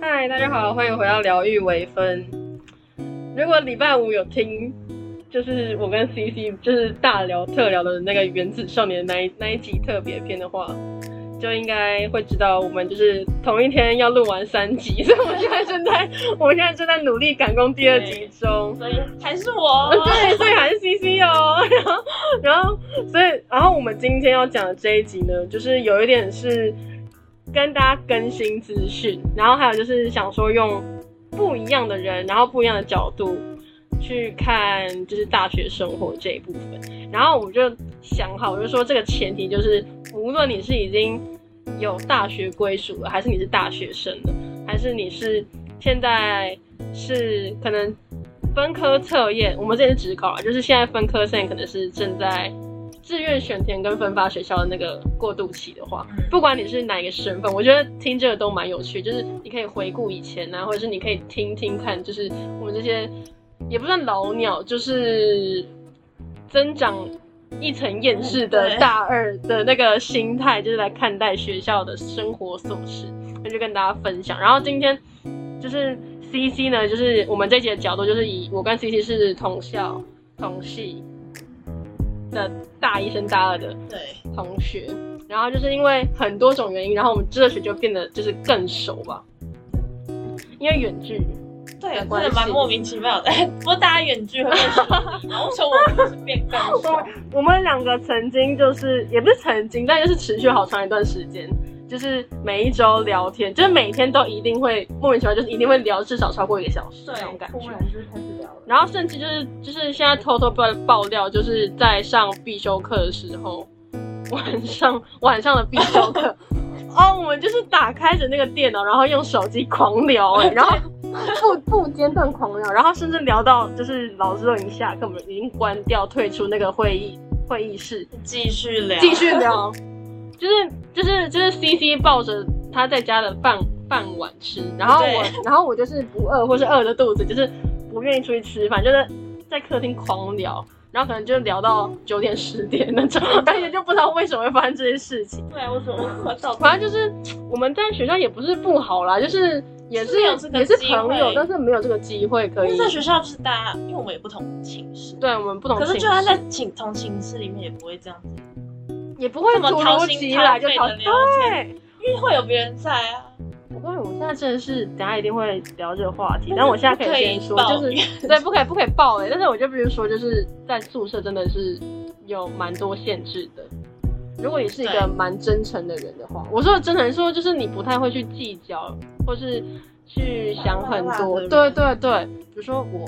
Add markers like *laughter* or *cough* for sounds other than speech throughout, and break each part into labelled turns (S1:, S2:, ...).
S1: 嗨，大家好，欢迎回到疗愈微分。如果礼拜五有听，就是我跟 CC 就是大聊特聊的那个原子少年那一那一集特别篇的话，就应该会知道我们就是同一天要录完三集，所以我们现在正在我们现在正在努力赶工第二集中。
S2: 所以还是
S1: *laughs*
S2: 我
S1: 哦对，所以还是 CC 哦。 *laughs* 然后，然后，所以，然后我们今天要讲的这一集呢，就是有一点是跟大家更新资讯，然后还有就是想说用不一样的人，然后不一样的角度去看就是大学生活这一部分。然后我就想好，我就说这个前提就是，无论你是已经有大学归属了，还是你是大学生了，还是你是现在是可能分科测验，我们这也是职考啊，就是现在分科测验可能是正在志愿选填跟分发学校的那个过渡期的话，不管你是哪一个身份，我觉得听这个都蛮有趣，就是你可以回顾以前啊，或者是你可以听听看，就是我们这些也不算老鸟，就是增长一层厌世的
S2: 对
S1: 大二的那个心态，就是来看待学校的生活琐事，那就跟大家分享。然后今天就是 C C 呢，就是我们这节的角度，就是以我跟 C C 是同校同系的大一升大二的
S2: 对，
S1: 同学，然后就是因为很多种原因，然后我们这学就变得就是更熟吧，因为远距。
S2: 对，
S1: 的
S2: 真
S1: 关系
S2: 的蛮莫名其妙的。 *laughs* 不过大家远距会变熟，
S1: *laughs*
S2: 然后为什么我们是变更熟？
S1: 我们两个曾经就是也不是曾经，但就是持续好长一段时间，就是每一周聊天，就是每天都一定会莫名其妙，就是一定会聊至少超过一个小时那种感觉。
S3: 就开始聊了。
S1: 然后甚至就是就是现在偷偷爆爆料，就是在上必修课的时候，晚上晚上的必修课，哦，我们就是打开着那个电脑，然后用手机狂聊、哎，然后不不间断狂聊，然后甚至聊到就是老师都已经下课，我们已经关掉退出那个会议会议室，
S2: 继续聊，
S1: 继续聊， *laughs* 就是就是就是 C C 抱着他在家的饭饭碗吃，然后我然后我就是不饿或是饿着肚子，就是不愿意出去吃饭，就是在客厅狂聊，然后可能就聊到九点十点那种，但也就不知道为什么会发生这些事情。
S2: 对，为什么我到
S1: 反正就是我们在学校也不是不好啦，就是也是
S2: 是有这个
S1: 也是
S2: 机会
S1: 朋友，但是没有这个机会可
S2: 因
S1: 以
S2: 为。在学校是大家，因为我们也不同寝室，
S1: 对我们不同
S2: 可
S1: 寝
S2: 是
S1: 室，
S2: 就算在寝同寝室里面也不会这样子，
S1: 也不会
S2: 这么
S1: 突
S2: 掏
S1: 如
S2: 心
S1: 其
S2: 掏
S1: 来就
S2: 肺
S1: 吵
S2: 的聊天，
S1: 对。
S2: 因为会有别人在啊。
S1: 不过我现在真的是，等一下一定会聊这个话题。
S2: 但是
S1: 但我现在可
S2: 不可
S1: 以
S2: 以
S1: 先说，
S2: 爆
S1: 就是对，不可以不可以爆哎、但是我就比如说，就是在宿舍真的是有蛮多限制的。如果你是一个
S2: 对
S1: 蛮真诚的人的话，我说的真诚说就是你不太会去计较，或是去想很多。
S2: 麻
S1: 对
S2: 烦的人
S1: 对对，比如说我，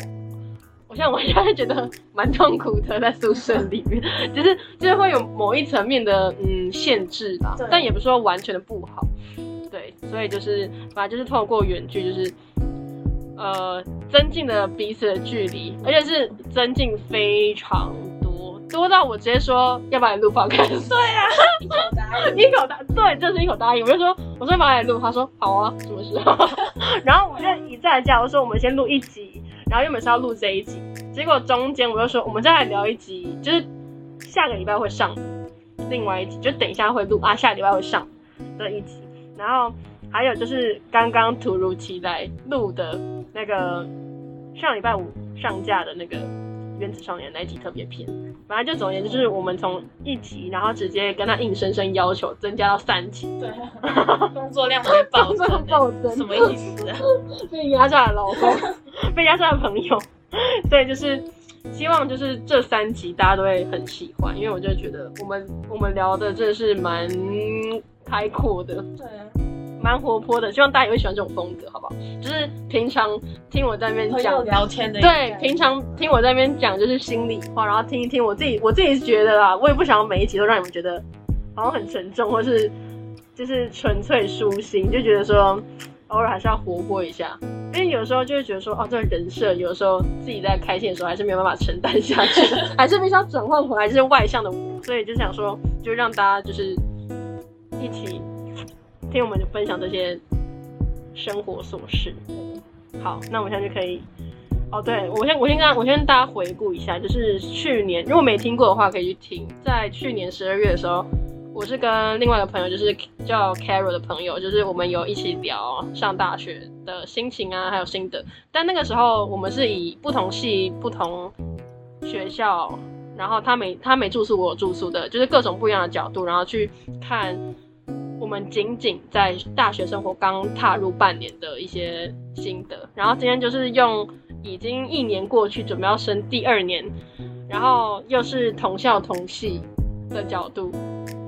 S1: 我像我现在觉得蛮痛苦的，在宿舍里面，就是就是会有某一层面的嗯限制吧
S2: 对，
S1: 但也不是说完全的不好。对，所以就是反正就是透过远距，就是呃增进了彼此的距离，而且是增进非常多，多到我直接说要把你录 podcast，对啊， *laughs* 一口答对，就是一口答应，我就说我说把你录，他说好啊，什么时候？ *laughs* 然后我们就一再架，我说我们先录一集，然后原本是要录这一集，结果中间我就说我们再来聊一集，就是下个礼拜会上的另外一集，就等一下会录啊，下礼拜会上的一集。然后还有就是刚刚突如其来录的那个上礼拜五上架的那个《原子少年》那一集特别篇，反正就总而言之，就是我们从一集，然后直接跟他硬生生要求增加到三集，
S2: *laughs* 对，
S1: *laughs*
S2: 工作量会暴增欸，
S1: 暴增
S2: 什么意思
S1: *laughs*
S2: 啊？
S1: 被压榨的老公， *laughs* 被压榨的朋友， *laughs* 所以就是希望就是这三集大家都会很喜欢，因为我就觉得我们我们聊的真的是蛮开阔的，
S2: 对啊，
S1: 蛮活泼的，希望大家也会喜欢这种风格，好不好？就是平常听我在那边
S2: 朋
S1: 讲
S2: 友聊天的一个
S1: 对，平常听我在那边讲就是心里话，然后听一听我自己，我自己觉得啦，我也不想要每一集都让你们觉得好像很沉重，或是就是纯粹舒心，就觉得说偶尔还是要活泼一下，因为有时候就会觉得说哦，这个人设有时候自己在开心的时候还是没有办法承担下去，还是必须要转换回来，就是外向的我，所以就想说，就让大家就是一起听我们分享这些生活琐事。好，那我们现在就可以。哦，对，我先我先跟大我先跟大家回顾一下，就是去年如果没听过的话，可以去听。在去年十二月的时候，我是跟另外一个朋友，就是叫 Carol 的朋友，就是我们有一起聊上大学的心情啊，还有心得。但那个时候我们是以不同系、不同学校，然后他没他没住宿，我有住宿的，就是各种不一样的角度，然后去看我们仅仅在大学生活刚踏入半年的一些心得。然后今天就是用已经一年过去，准备要升第二年，然后又是同校同系的角度。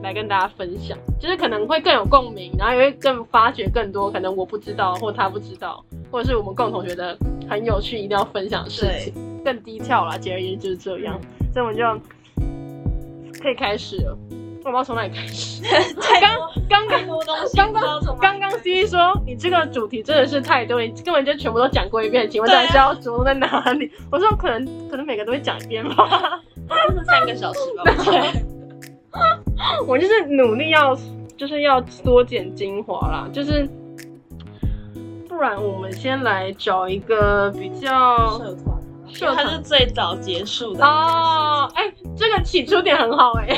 S1: 来跟大家分享，就是可能会更有共鸣，然后也会更发掘更多可能我不知道或他不知道，或者是我们共同觉得很有趣一定要分享的事情，更低调啦。简而言之就是这样，
S2: 嗯
S1: 所以我们就可以开始了。我们要从哪里开
S2: *laughs*
S1: 始？
S2: *laughs* 太多
S1: 刚刚
S2: 太多东西，
S1: 刚
S2: 不知道从
S1: 刚刚
S2: 哪
S1: 刚
S2: 开始
S1: C 说你这个主题真的是太多，你根本就全部都讲过一遍，请问
S2: 对啊
S1: 大家要着重在哪里？我说可能可能每个都会讲一遍吧，
S2: 就是三个小时吧，我觉得
S1: 我就是努力要就是要多剪精华啦，就是不然我们先来找一个比较
S2: 社团，因
S1: 社
S2: 为它
S1: 团
S2: 是最早结束的。
S1: 哦，哎、这个起出点很好哎、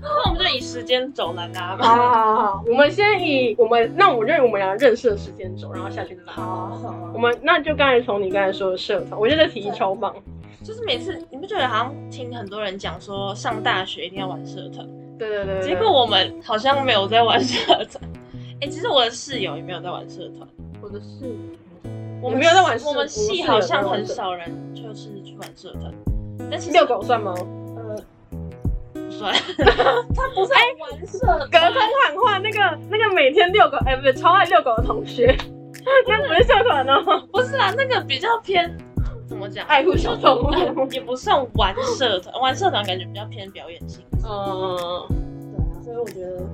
S2: 那我们就以时间轴来拉
S1: *laughs* 好
S2: 吧。
S1: 好好好，我们先以我们那我认我们俩认识的时间轴，然后下去拉。
S2: 好
S1: 我们那就刚才从你刚才说的社团，我觉得这提议超棒。
S2: 就是每次你不觉得好像听很多人讲说上大学一定要玩社团，
S1: 对对对对
S2: 结果我们好像没有在玩社团。 *laughs* 哎、其实我的室友也没有在玩社团，
S1: 我的是
S2: 我
S1: 你
S2: 们
S1: 没有在玩社
S2: 我们
S1: 我们室
S2: 系
S1: 友
S2: 好像很少人就是去玩社团，但其实
S1: 遛狗算吗？
S2: 呃，不算， *laughs* 他不是玩社团
S1: 隔空喊话，那个那个每天遛狗，哎、不是超爱遛狗的同学， *laughs* 那不是社团哦。
S2: 不是啊，那个比较偏怎么讲，呃
S1: 爱护小动物
S2: 也不算玩社团， *laughs* 玩社团感觉比较偏表演性。
S1: 嗯，
S2: 对啊，所以我觉得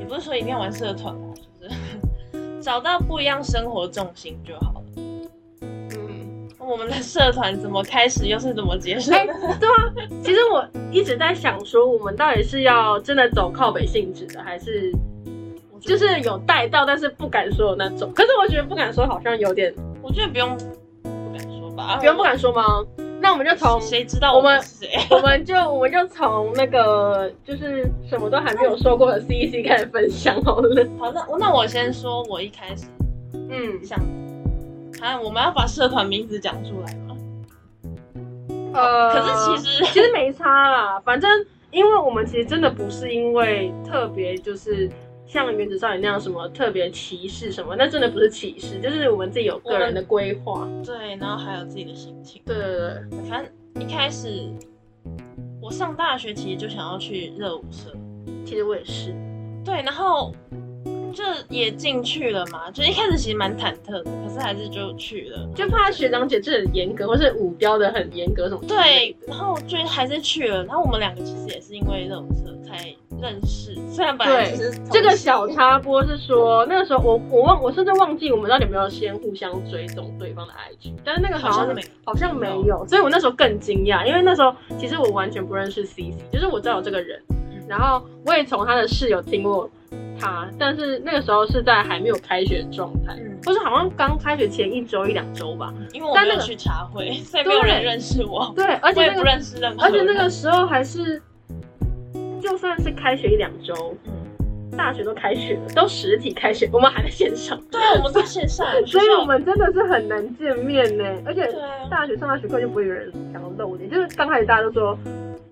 S2: 也不是说一定要玩社团啊，就是 *laughs* 找到不一样生活重心就好了。
S1: 嗯，
S2: 我们的社团怎么开始，又是怎么结束的？
S1: 哎、对啊，其实我一直在想说，我们到底是要真的走靠北性质的，还是
S2: 我觉
S1: 就
S2: 得
S1: 是有带到，但是不敢说的那种？可是我觉得不敢说好像有点，
S2: 我觉得不用不敢说吧，
S1: 不用不敢说吗？那我们就从
S2: 谁知道
S1: 我
S2: 我
S1: 们
S2: 们是谁？
S1: 我们就我们就从那个就是什么都还没有说过的 CEC 开始分享好了。
S2: 好，那那我先说，我一开始
S1: 嗯，
S2: 想，啊，我们要把社团名字讲出来吗？
S1: 呃
S2: 可是其实
S1: 其实没差啦，反正因为我们其实真的不是因为特别就是像原子少年那样什么特别歧视什么，那真的不是歧视，就是我们自己有个人的规划。
S2: 对，然后还有自己的心情。
S1: 对对对，
S2: 反正一开始我上大学其实就想要去热舞社，
S1: 其实我也是，
S2: 对，然后就也进去了嘛，就一开始其实蛮忐忑的，可是还是就去了。
S1: 就怕学长姐这很严格，或是舞标的很严格什么。
S2: 对，，然后就还是去了，然后我们两个其实也是因为热舞社才认识，虽然本来
S1: 对
S2: 只是同
S1: 这个
S2: 系
S1: 小插播是说，那个时候我我忘，我甚至忘记我们到底有没有先互相追踪对方的 IG，但是那个好
S2: 好
S1: 像
S2: 像没
S1: 好像没有，所以我那时候更惊讶，因为那时候其实我完全不认识 CC，就是我知道有这个人，
S2: 嗯
S1: 然后我也从他的室友听过他，但是那个时候是在还没有开学的状态，
S2: 嗯，
S1: 或是好像刚开学前一周一两周吧。
S2: 因为我
S1: 但
S2: 没
S1: 那
S2: 有
S1: 个
S2: 去茶会，所以没有
S1: 对
S2: 人认识我，
S1: 对，而
S2: 我
S1: 且
S2: 也
S1: 那
S2: 不
S1: 个
S2: 认识任何
S1: 而且
S2: 人。
S1: 那个时候还是，就算是开学一两周，
S2: 嗯，
S1: 大学都开学了，都实体开学，我们还在线上，
S2: 对啊，我们在线上，
S1: *laughs* 所以
S2: 学校
S1: 我们真的是很难见面呢，而且
S2: 对啊
S1: 大学上大学课就不会有人想要露脸，就是刚开始大家都说，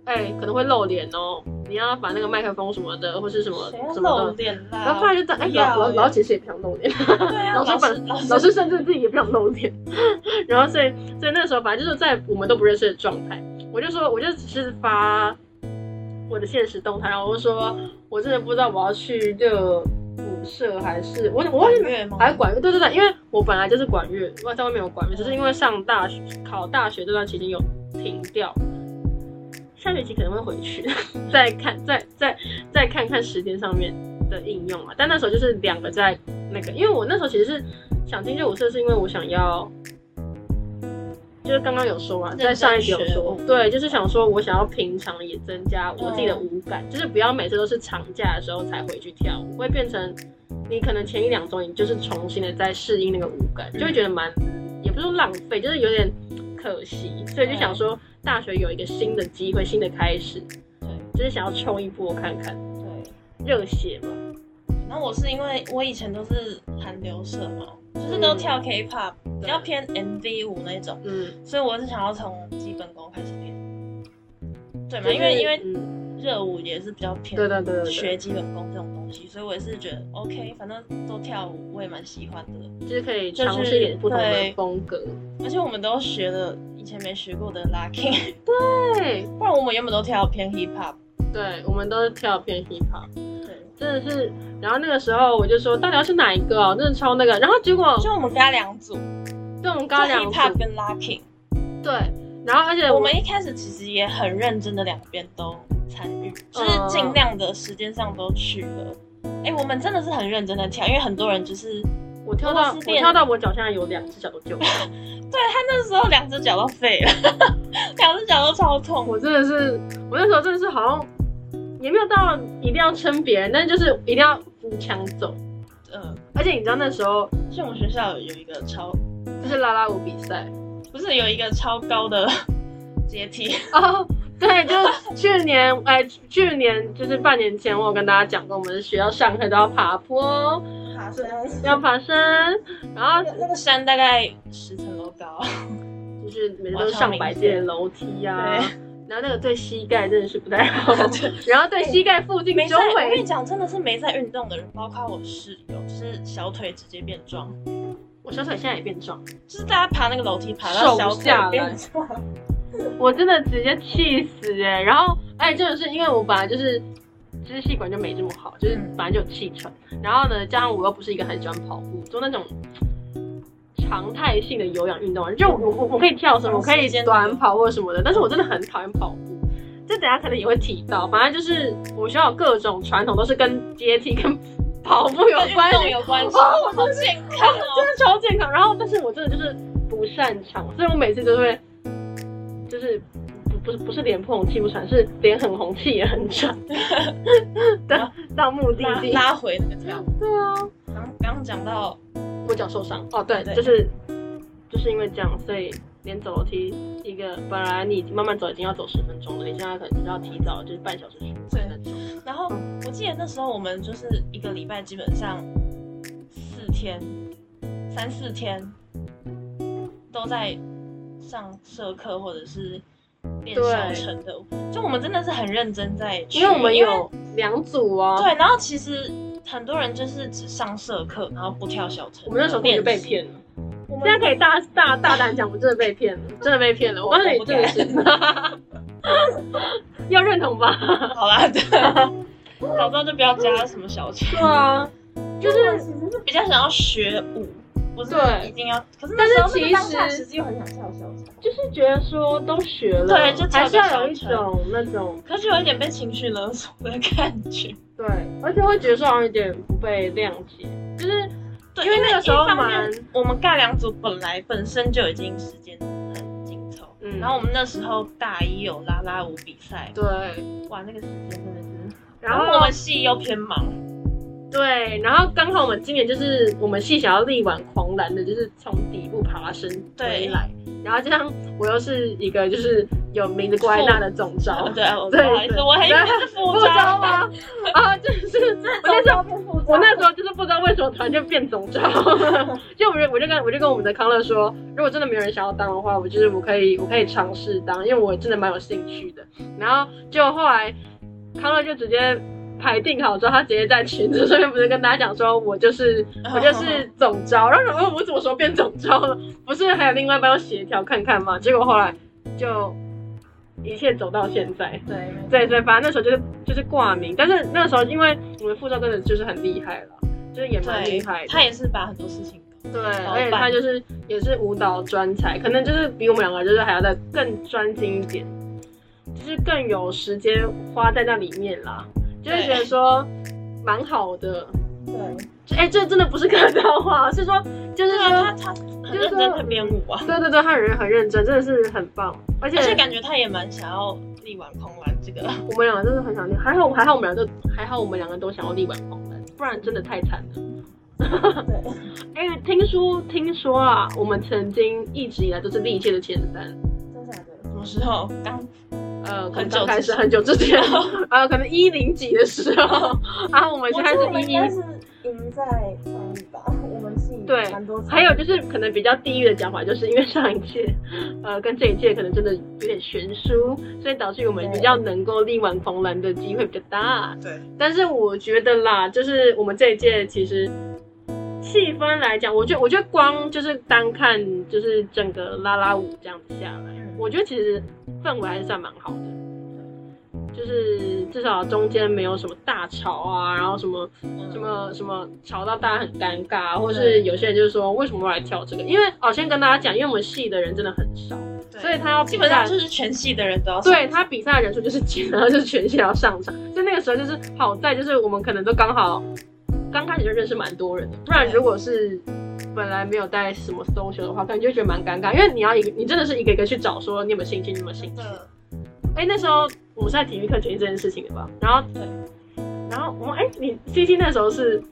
S1: 哎、可能会露脸哦，你要把那个麦克风什么的，或是什么
S2: 谁要
S1: 什
S2: 露
S1: 么的。
S2: 脸啦？
S1: 然后后来就当哎、
S2: 不
S1: 老
S2: 要
S1: 老
S2: 欸
S1: 老姐其实也不想露脸，
S2: 对啊，
S1: 老师本
S2: 老师
S1: 老师甚至自己也不想露脸， *laughs* 然后所以所以那时候反正就是在我们都不认识的状态，我就说我就只是发我的现实动态，然后我就说我真的不知道我要去热舞社还是我我忘记
S2: 月吗？
S1: 还管乐，对对对，因为我本来就是管乐，我在外面有管乐，只是因为上大学、考大学这段期间有停掉，下学期可能会回去， *laughs* 再看、再再再看看时间上面的应用啊。但那时候就是两个在那个，因为我那时候其实是想进热舞社，是因为我想要，就是刚刚有说嘛，
S2: 认真
S1: 在上一集有
S2: 学
S1: 说
S2: 舞，
S1: 对，就是想说我想要平常也增加我自己
S2: 嗯
S1: 的舞感，就是不要每次都是长假的时候才回去跳舞，会变成你可能前一两周你就是重新的在适应那个舞感，
S2: 嗯
S1: 就会觉得蛮，也不是说浪费，就是有点可惜，所以就想说大学有一个新的机会，新的开始，
S2: 对
S1: 就是想要冲一波看看。热血嘛。
S2: 然后我是因为我以前都是韩流社嘛，就是都跳 K-pop，、比较偏 MV 舞那种，
S1: 嗯，
S2: 所以我是想要从基本功开始练。对嘛？
S1: 就是
S2: 因为因为
S1: 嗯
S2: 热舞也是比较偏
S1: 对对对对对
S2: 学基本功这种东西，所以我也是觉得 OK，反正都跳舞，我也蛮喜欢的。
S1: 就是可以尝试一点不同的风格。
S2: 而且我们都学了以前没学过的 locking，
S1: 对
S2: *laughs* 不然我们原本都跳偏 hip hop。
S1: 对，我们都是跳偏 hip hop，
S2: 对，
S1: 真的是。然后那个时候我就说，到底要是哪一个哦、真的超那个。然后结果
S2: 就我们跟两组，
S1: 对我们
S2: 就
S1: 刚刚两
S2: hip
S1: 组
S2: hop 跟 locking，
S1: 对，然后而且
S2: 我们一开始其实也很认真的两边都参与，就是尽量的时间上都去了。哎、我们真的是很认真的跳，因为很多人就是
S1: 我跳到
S2: 如果
S1: 我
S2: 是练
S1: 跳到我脚下有两只脚就，
S2: 那时候两只脚都废了，两只脚都超痛。
S1: 我真的是我那时候真的是好像也没有到一定要撑别人，但是就是一定要扶墙走。
S2: 呃，
S1: 而且你知道那时候
S2: 是我们学校有一个超，
S1: 就是啦啦舞比赛
S2: 不是有一个超高的阶梯，
S1: 哦。对，就是去年，哎、去年就是半年前，我有跟大家讲过，我们学校上课都要爬坡，
S2: 爬山，
S1: 要爬山，然后
S2: 那个山大概十层楼高。啊
S1: 就是每次都上百阶的楼梯啊
S2: 对，
S1: *laughs* 然后那个对膝盖真的是不太好 *laughs*
S2: 对，
S1: 然后对膝盖附近
S2: 没
S1: 周
S2: 在，我跟
S1: 围
S2: 你，讲，真的是没在运动的人，包括我室友，就是小腿直接变壮。
S1: 我小腿现在也变壮，
S2: 就是大家爬那个楼梯，爬到小腿变壮，
S1: 我真的直接气死哎、然后哎，真的是因为我本来就是支气管就没这么好，就是
S2: 嗯
S1: 本来就有气喘，然后呢，加上我又不是一个很喜欢跑步，做那种常态性的有氧运动啊，就我我我可以跳什么，我可以短跑或什么的，但是我真的很讨厌跑步。这等一下可能也会提到，反正就是我们学校有各种传统都是跟阶梯跟 *laughs* 跑步有
S2: 跟运
S1: 关
S2: 动
S1: 系，
S2: 有关系，
S1: 哦
S2: 好健康
S1: 真 *laughs*
S2: 哦。
S1: 的超健康。然后，但是我真的就是不擅长，所以我每次都会，就是不不是不是脸碰红气不喘，是脸很红气也很
S2: *laughs*
S1: 喘。到到目的
S2: 拉
S1: 地，
S2: 拉回那个跳舞，
S1: 对啊，
S2: 刚刚讲到
S1: 我脚受伤。哦，对，
S2: 对
S1: 就是就是因为这样，所以连走楼梯一个本来你慢慢走已经要走十分钟了，你现在可能就要提早就是半小时十
S2: 对
S1: 分钟。
S2: 然后我记得那时候我们就是一个礼拜基本上四天、三四天都在上社课或者是练小程的，就我们真的是很认真在去，
S1: 因为我们
S2: 因为
S1: 有两组哦，
S2: 对，然后其实很多人就是只上社课，然后不跳小程，
S1: 我们那时候根本就被
S2: 练习，
S1: 骗了。
S2: 我
S1: 现在
S2: 们
S1: 可以大大大胆讲，我真的被骗了，真的被骗了。我告诉你，真的是， *laughs* 要认同吧？
S2: 好啦，
S1: *laughs*
S2: 对，早知道就不要加什么小钱。
S1: 对啊，就是
S2: 其实是比较想要学舞，不是
S1: 对
S2: 一定要。可是
S1: 但是
S2: 那时候那个当下
S1: 其实
S2: 时机又很想跳小场，
S1: 就是觉得说都学了，
S2: 对就跳
S1: 还
S2: 个
S1: 是要有
S2: 小
S1: 一
S2: 城
S1: 种那种
S2: 可是有一点被情绪勒索的感觉。
S1: 对，而且会觉得说好像有点不被谅解，就是
S2: 对，
S1: 因为那个时候
S2: 一方面
S1: 蛮
S2: 我们尬两组本来本身就已经时间很紧凑，
S1: 嗯
S2: 然后我们那时候大一有啦啦舞比赛，
S1: 对，
S2: 哇，那个时间真的是，
S1: 然后
S2: 我们系又偏忙，
S1: 对，然后刚好我们今年就是我们系想要力挽狂澜的，就是从底部爬升回
S2: 对
S1: 来，然后加上我又是一个就是有名的瓜纳的总招
S2: 哦，。对，我不
S1: 对
S2: 好意思，
S1: 对
S2: 我还以为是副
S1: 副招
S2: 招，
S1: 吗？ *laughs* 啊，就是 *laughs* 我那时候我那时候就是不知道为什么突然就变总招， *laughs* 就我就我就跟我就跟我们的康乐说，如果真的没有人想要当的话，我就是我可以我可以尝试当，因为我真的蛮有兴趣的。然后结果后来康乐就直接排定好之后，他直接在群组上面不是跟大家讲说，我 *laughs* 就是我就是总招，然后我想说我怎么说变总招了？ *laughs* 不是还有另外一班要协调看看吗？结果后来就一切走到现在。
S2: 对，没错
S1: 对对，反正那时候就是就是挂名，但是那时候因为我们副招真的就是很厉害了，就是也蛮厉害
S2: 对，
S1: 的。
S2: 他也是把很多事情搞
S1: 对，
S2: 老
S1: 而且
S2: 板
S1: 他就是也是舞蹈专才，可能就是比我们两个就是还要再更专精一点，就是更有时间花在那里面啦，就会
S2: 对
S1: 觉得说蛮好的。
S2: 对。
S1: 就哎，这真的不是客套话，是说就是
S2: 对啊，他
S1: 说，
S2: 他很认真在编舞啊，
S1: 对对对，他人很认真，真的是很棒，而且
S2: 而且感觉他也蛮想要力挽狂澜这个。
S1: 我们两个真的很想念，还好还好我们两个都还好我们两个都想要力挽狂澜，不然真的太惨了。
S2: 对，
S1: 哎、听说听说啊，我们曾经一直以来都是历届的前三，
S2: 真假的？什么时候？刚
S1: 呃，
S2: 很
S1: 可能
S2: 久之
S1: 刚
S2: 前
S1: 开始很久之
S3: *laughs*
S1: 前，呃，可能一零几的时候， *laughs* 啊，我们现在
S3: 我觉得我们
S1: 是
S3: 应
S1: 一
S3: 该
S1: 一，
S3: 是赢在防疫吧，我们是赢
S1: 对
S3: 蛮多次。
S1: 还有就是可能比较地域的讲法，就是因为上一届，呃，跟这一届可能真的有点悬殊，所以导致于我们比较能够力挽狂澜的机会比较大。
S4: 对，
S1: 但是我觉得啦，就是我们这一届其实气氛来讲，我觉得我觉得光就是单看就是整个啦啦舞这样子下来，
S2: 嗯
S1: 我觉得其实氛围还是算蛮好的，就是至少中间没有什么大吵啊，然后什么什么什么吵到大家很尴尬，啊或是有些人就是说为什么要来跳这个？因为哦，先跟大家讲，因为我们系的人真的很少，
S2: 嗯对
S1: 所以他要比
S2: 基本上
S1: 赛
S2: 就是全系的人都要上
S1: 对他比赛人数就是减，然后就是全 *laughs* 线要上场。所以那个时候就是好在就是我们可能都刚好刚开始就认识蛮多人的，不然
S2: 对
S1: 如果是本来没有带什么 social 的话，可能就会觉得蛮尴尬，因为你要一个你真的是一个一个去找说你有没有兴趣，你有没有兴趣。
S2: 的
S1: 哎、那时候我们是在体育课决定这件事情的吧？然后
S2: 对，
S1: 然后我们哎、你 C C 那时候是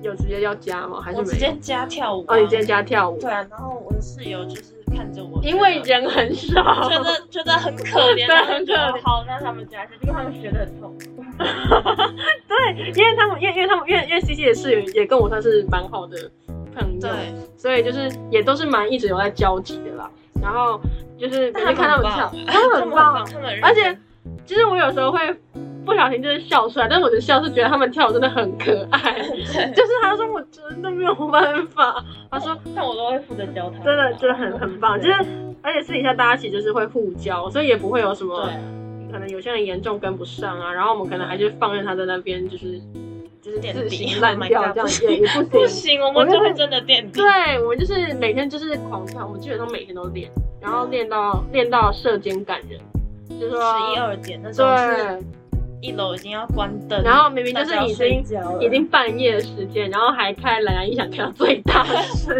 S1: 有直接要加吗？还是
S2: 我
S1: 没
S2: 直
S1: 有
S2: 接？加跳舞啊、
S1: 哦，你直接加跳舞，
S3: 对啊，然
S2: 然
S3: 后
S2: 后我的室友就是看着我，
S1: 因为
S2: 觉
S1: 人很少，
S2: 得觉得很可
S1: *laughs* 对
S2: 怜，然后
S1: 很
S2: 就
S1: 可怜
S3: 好让他们加去，因为他们学的很痛。
S1: 对，因为他们，因为因为他们，因为因为 C C 也是也跟我算是蛮好的朋友，
S2: 对，
S1: 所以就是也都是蛮一直有在交集的啦。然后就是每次
S2: 但
S1: 看到
S2: 他
S1: 我
S2: 们
S1: 跳，他们
S2: 很棒他
S1: 很
S2: 们
S1: 棒，
S2: 他们很认
S1: 而且
S2: 真
S1: 其实我有时候会不小心就是笑出来，但是我的笑是觉得他们跳舞真的很可爱。 *laughs*
S2: 对
S1: 就是他说我真的没有办法，他说
S3: 但我都会负责教他。
S1: 真的真的很很棒，就是而且私底下大家一起就是会互教，所以也不会有什么
S2: 对
S1: 可能有些人严重跟不上啊，然后我们可能还是放任他在那边就是就是
S2: 垫
S1: 自
S2: 底
S1: 行烂
S2: *laughs* Oh my
S1: 掉
S2: God，
S1: 这样也也不行。
S2: 不行，我们就会真的垫底。
S1: 对我们就是每天就是狂跳，我们基本上每天都练，然后练到练到射箭感人，就是说
S2: 十一二点那种是
S1: 啊对，
S2: 一楼已经要关灯，
S1: 然后明明就是
S2: 大家
S1: 已
S2: 要
S1: 经
S2: 睡
S1: 已
S2: *laughs*
S1: 经半夜的时间，然后还开蓝牙音响开到最大声，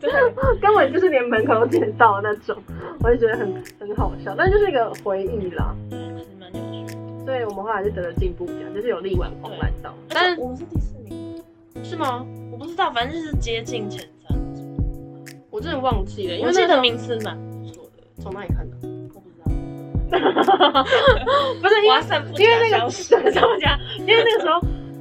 S2: 对，
S1: *laughs* 根本就是连门口都听得到那种，我就觉得很很好笑，但就是一个回忆啦。
S2: 其实蛮有趣的。
S1: 所以我们后来就得了进步奖，就是有力挽狂澜到。
S2: 但
S1: 但
S2: 是我们是第四名，
S1: 是吗？
S2: 我不知道，反正就是接近前三。
S1: 我真的忘记了，因
S2: 我
S1: 为
S2: 记
S1: 那
S2: 得
S1: 个
S2: 名次蛮不错的，
S1: 从哪里看的？
S2: 我不知道。
S1: 不是因为
S2: 哇散步
S1: *laughs* 因为那
S2: 假
S1: 个
S2: 消息
S1: 么讲？ *laughs* 因为那个时候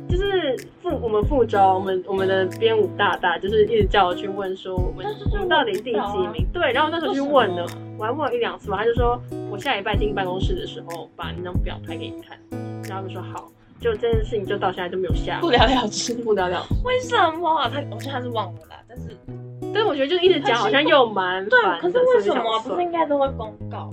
S1: 就是副我们副招，我们我们的编舞大大就是一直叫我去问说我们
S3: 但是这
S1: 我们
S3: 我
S1: 到底
S3: 不
S1: 第
S3: 知道
S1: 几
S3: 啊
S1: 名？对，然后我那时候去问了
S2: 为什，
S1: 我还问了一两次嘛，他就说我下礼拜进办公室的时候把那张表拍给你看，然后我就说好，就这件事情就到现在就没有下
S2: *laughs* 不了了之，
S1: 不了了。
S2: 为什么啊？他我觉得他是忘了啦，但是
S1: 但是我觉得就是一直讲好像又蛮
S2: 对
S1: 烦，的
S2: 可是为什
S1: 所以
S2: 么
S1: 我
S2: 啊
S1: 就想算
S2: 不是
S1: 了
S2: 应该都会公告？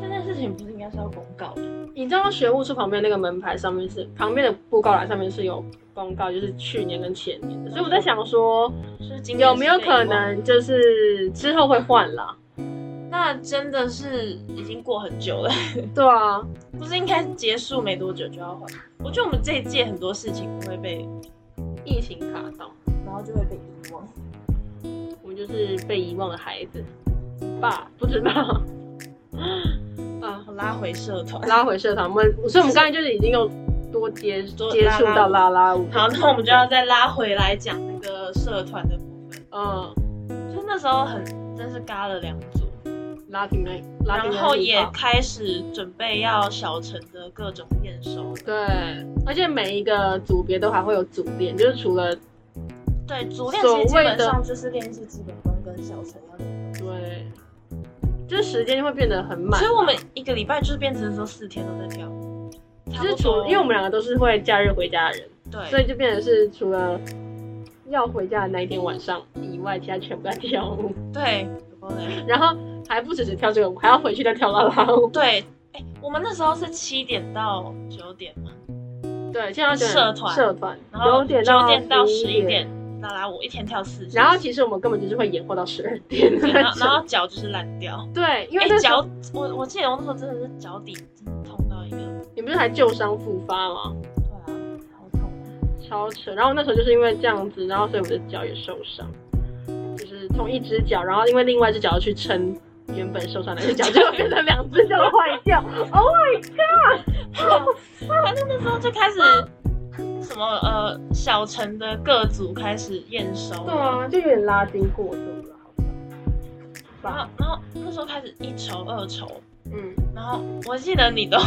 S2: 这件事情不是应该是要公告的？
S1: 你知道学务处旁边那个门牌上面是旁边的布告栏上面是有公告，就是去年跟前年的，所以我在想说
S2: 是今年
S1: 有没有可能就是之后会换啦？
S2: 是被遗忘？那真的是已经过很久了，
S1: 对啊，
S2: 不是应该结束没多久就要换？我觉得我们这一届很多事情都会被，
S1: 疫情卡到，
S3: 然后就会被遗忘。
S1: 我们就是被遗忘的孩子吧？不知道 *laughs* 啊，
S2: 拉回社团。 *laughs*
S1: 拉回社团，我们所以我们刚才就是已经有多接
S2: 多
S1: 接触到拉拉舞，
S2: 好，那我们就要再拉回来讲那个社团的部分。
S1: 嗯，
S2: 就那时候很真是嘎了两组，
S1: 拉丁美，拉丁
S2: 然
S1: 美
S2: 后
S1: 地
S2: 也
S1: 方
S2: 开始准备要小城的各种验收了。
S1: 对，而且每一个组别都还会有组练，就是除了
S2: 对，主练
S1: 所
S2: 其实基
S1: 谓
S2: 本
S1: 的
S2: 上
S3: 上就是练习基本功跟小陈要练。
S1: 对，就是时间就会变得很满。
S2: 所以我们一个礼拜就是变成说四天都在跳，差
S1: 就
S2: 不
S1: 是除
S2: 多。，
S1: 因为我们两个都是会假日回家的人，
S2: 对，
S1: 所以就变成是除了要回家的那一天晚上以外，其他全部在跳舞， *laughs*
S2: 对，有够累
S1: 然后还不只是跳这个舞，还要回去再跳啦啦
S2: *laughs*
S1: 舞。
S2: 对，哎、我们那时候是七点到九点嘛，
S1: 对，现在要九点
S2: 社团
S1: 社团
S2: 然后
S1: 九点
S2: 九点到十
S1: 一
S2: 一点，拉拉我一天跳四小时，
S1: 然后其实我们根本就是会延后到十二点的
S2: 对然
S1: 那 *laughs*
S2: 后然
S1: 种。
S2: 后脚就是烂掉，
S1: 对，因为
S2: 哎、
S1: 那时候
S2: 脚我我记得我那时候真的是脚底真的痛到一个，
S1: 你不是还旧伤复发吗？
S3: 对啊，好痛啊。
S1: 超扯。然后那时候就是因为这样子，然后所以我的脚也受伤，就是从一只脚，然后因为另外一只脚要去撑原本受伤的一只
S2: *laughs*
S1: 脚，结果变成两只脚都坏掉。哦， *laughs*
S2: 反正那时候就开始什么呃小城的各组开始验收，
S1: 对啊，就有点拉筋过度了，好像。
S2: 然后然后那时候开始一筹二筹，
S1: 嗯，
S2: 然后我记得你都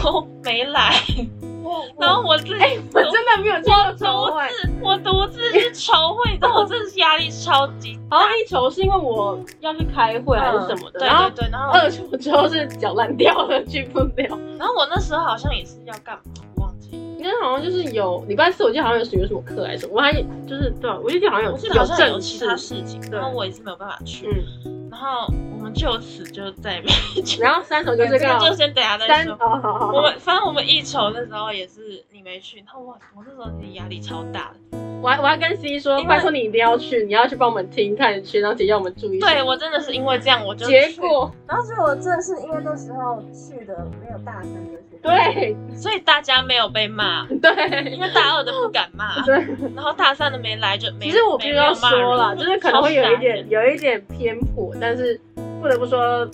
S2: 没来，
S1: *laughs* 我
S2: 然后我自己、
S1: 哎我真的没有去过筹
S2: 独
S1: 会。
S2: 自我独自去筹
S1: *laughs*
S2: 会，但我真的是压力超级
S1: 然后一筹是因为我要去开会还哦啊是什么的，嗯
S2: 对
S1: 然后呃
S2: 对对，然后
S1: 二筹之后是脚烂掉了，去不了。
S2: 然后我那时候好像也是要干嘛，我忘记了，
S1: 你看好像就是有礼拜四，我记得好像有什么什么课还是什么，我还就是对啊，我记得好像有
S2: 我记得好像有
S1: 正
S2: 其
S1: 式
S2: 他，事情，
S1: 对
S2: 然后我也是没有办法去，
S1: 嗯，
S2: 然后我们就此就再也没去，
S1: 然后三筹就是
S2: 这
S1: 刚
S2: 个
S1: 好
S2: 就先等一下再
S1: 三
S2: 说
S1: 哦。好好好，
S2: 我们反正我们一筹的时候也是你没去，然后我我那时候其实压力超大的，
S1: 我还我还跟 C 说，
S2: 因为
S1: 拜托你一定要去，你要去帮我们听，看学长姐要我们注意什么。
S2: 对我真的是因为这样我就
S1: 结
S2: 去，
S1: 果
S3: 然后所以我正是因为那时候去的没有大三的学，，
S1: 对
S2: 所以大家没有被骂，
S1: 对
S2: 因为大二的不敢骂，
S1: *laughs* 对，
S2: 然后大三的没来就没。
S1: 其实我必须要说了，
S2: 没有骂人
S1: 就是可能会有一点
S2: 超傻眼
S1: 有一点偏颇，但是不得不说，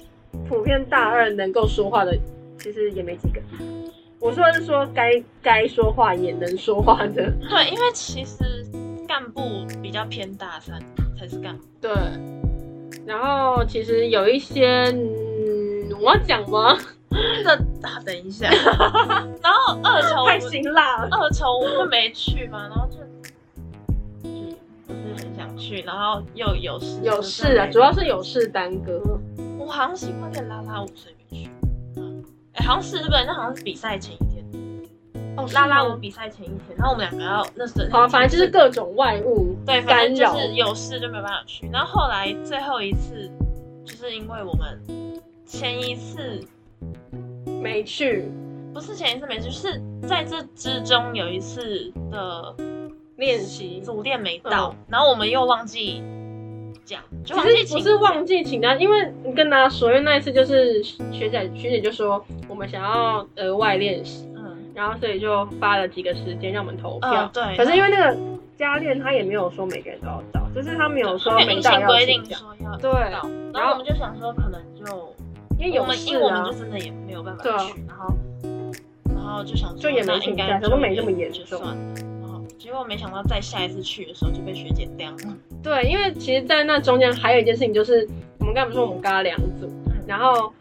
S1: 普遍大二能够说话的其实也没几个。我说的是说该该说话也能说话的，
S2: 对，因为其实干部比较偏大三才是干部，
S1: 对。然后其实有一些，嗯，我要讲 *laughs* 吗？
S2: 这啊等一下， *laughs* 然后二筹我
S1: 太
S2: 们
S1: 辛辣了。
S2: 二筹我们没去嘛，然后就就不是很想去，然后又有事
S1: 有事啊，主要是有事耽搁。
S2: 我好像喜欢点拉拉舞，所以没去。嗯，哎、好像是日本，那好像是比赛前一天，
S1: 哦
S2: 拉拉舞比赛前一天，然后我们两个要那时候
S1: 好，啊反正就是各种外物
S2: 对，反
S1: 干
S2: 正就
S1: 扰。
S2: 是有事就没办法去。然后后来最后一次，就是因为我们前一次
S1: 没去
S2: 不是前一次没去，是在这之中有一次的
S1: 练习，
S2: 组练没到，然后我们又忘记讲，就忘
S1: 嗯其
S2: 记
S1: 实
S2: 请
S1: 不是忘记请啊嗯他，因为跟大家说，因为那一次就是学姐学姐就说我们想要额外练习，
S2: 嗯
S1: 然后所以就发了几个时间让我们投
S2: 嗯
S1: 票。
S2: 对，
S1: 可是因为那个加练他也没有说每个人都要到，就是他没有说
S2: 对
S1: 每
S2: 硬
S1: 到
S2: 性
S1: 要
S2: 规
S1: 请
S2: 定
S1: 假，
S2: 说要
S1: 对
S2: 到，然
S1: 然
S2: 后
S1: 后
S2: 我们就想说可能就。
S1: 因为有
S2: 我们因
S1: 事
S2: 为我们
S1: 啊
S2: 就。真的也没有办法
S1: 对啊
S2: 去，然后然后就想说
S1: 就也没
S2: 那
S1: 请
S2: 应
S1: 假
S2: 该
S1: 想说没这么严
S2: 就
S1: 重
S2: 算了，然后结果没想到在下一次去的时候就被学姐刁了，
S1: 对，因为其实，在那中间还有一件事情，就是我们刚才不是说我们嘎两组，然后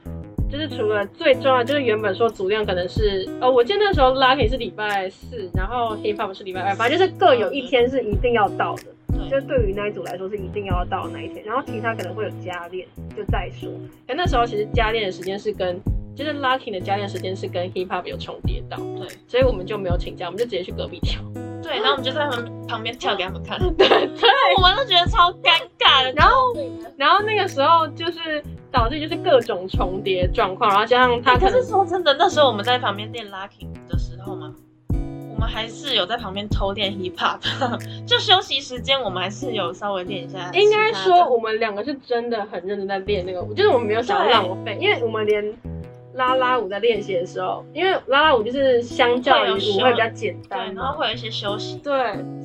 S1: 就是除了最重要，就是原本说组量可能是，呃，我记得那时候 Lucky 是礼拜四，然后 Hip Hop 是礼拜二，反正就是各有一天是一定要到的，就
S2: 对
S1: 是对于那一组来说是一定要到的那一天，然后其他可能会有加练，就再说。可那时候其实加练的时间是跟，就是 Lucky 的加练时间是跟 Hip Hop 有重叠到，
S2: 对
S1: 所以我们就没有请假，我们就直接去隔壁跳。
S2: 对，然后我们就在他们旁边跳给他们看，
S1: *laughs* 对对。
S2: 我们都觉得超尴尬的。
S1: 然后，然后那个时候就是导致就是各种重叠状况，然后加上他
S2: 哎可
S1: 可能
S2: 是说真的，那时候我们在旁边练 locking 的时候嘛，我们还是有在旁边偷练 hip hop，就 *laughs* 休息时间我们还是有稍微练一下其他的。
S1: 应该说我们两个是真的很认真在练那个舞，就是我们没有想要
S2: 对
S1: 浪费，因为我们连拉拉舞在练习的时候，因为拉拉舞就是相较于舞会比较简
S2: 对，
S1: 单
S2: 然
S1: 嘛，
S2: 后会有一些休息。
S1: 对，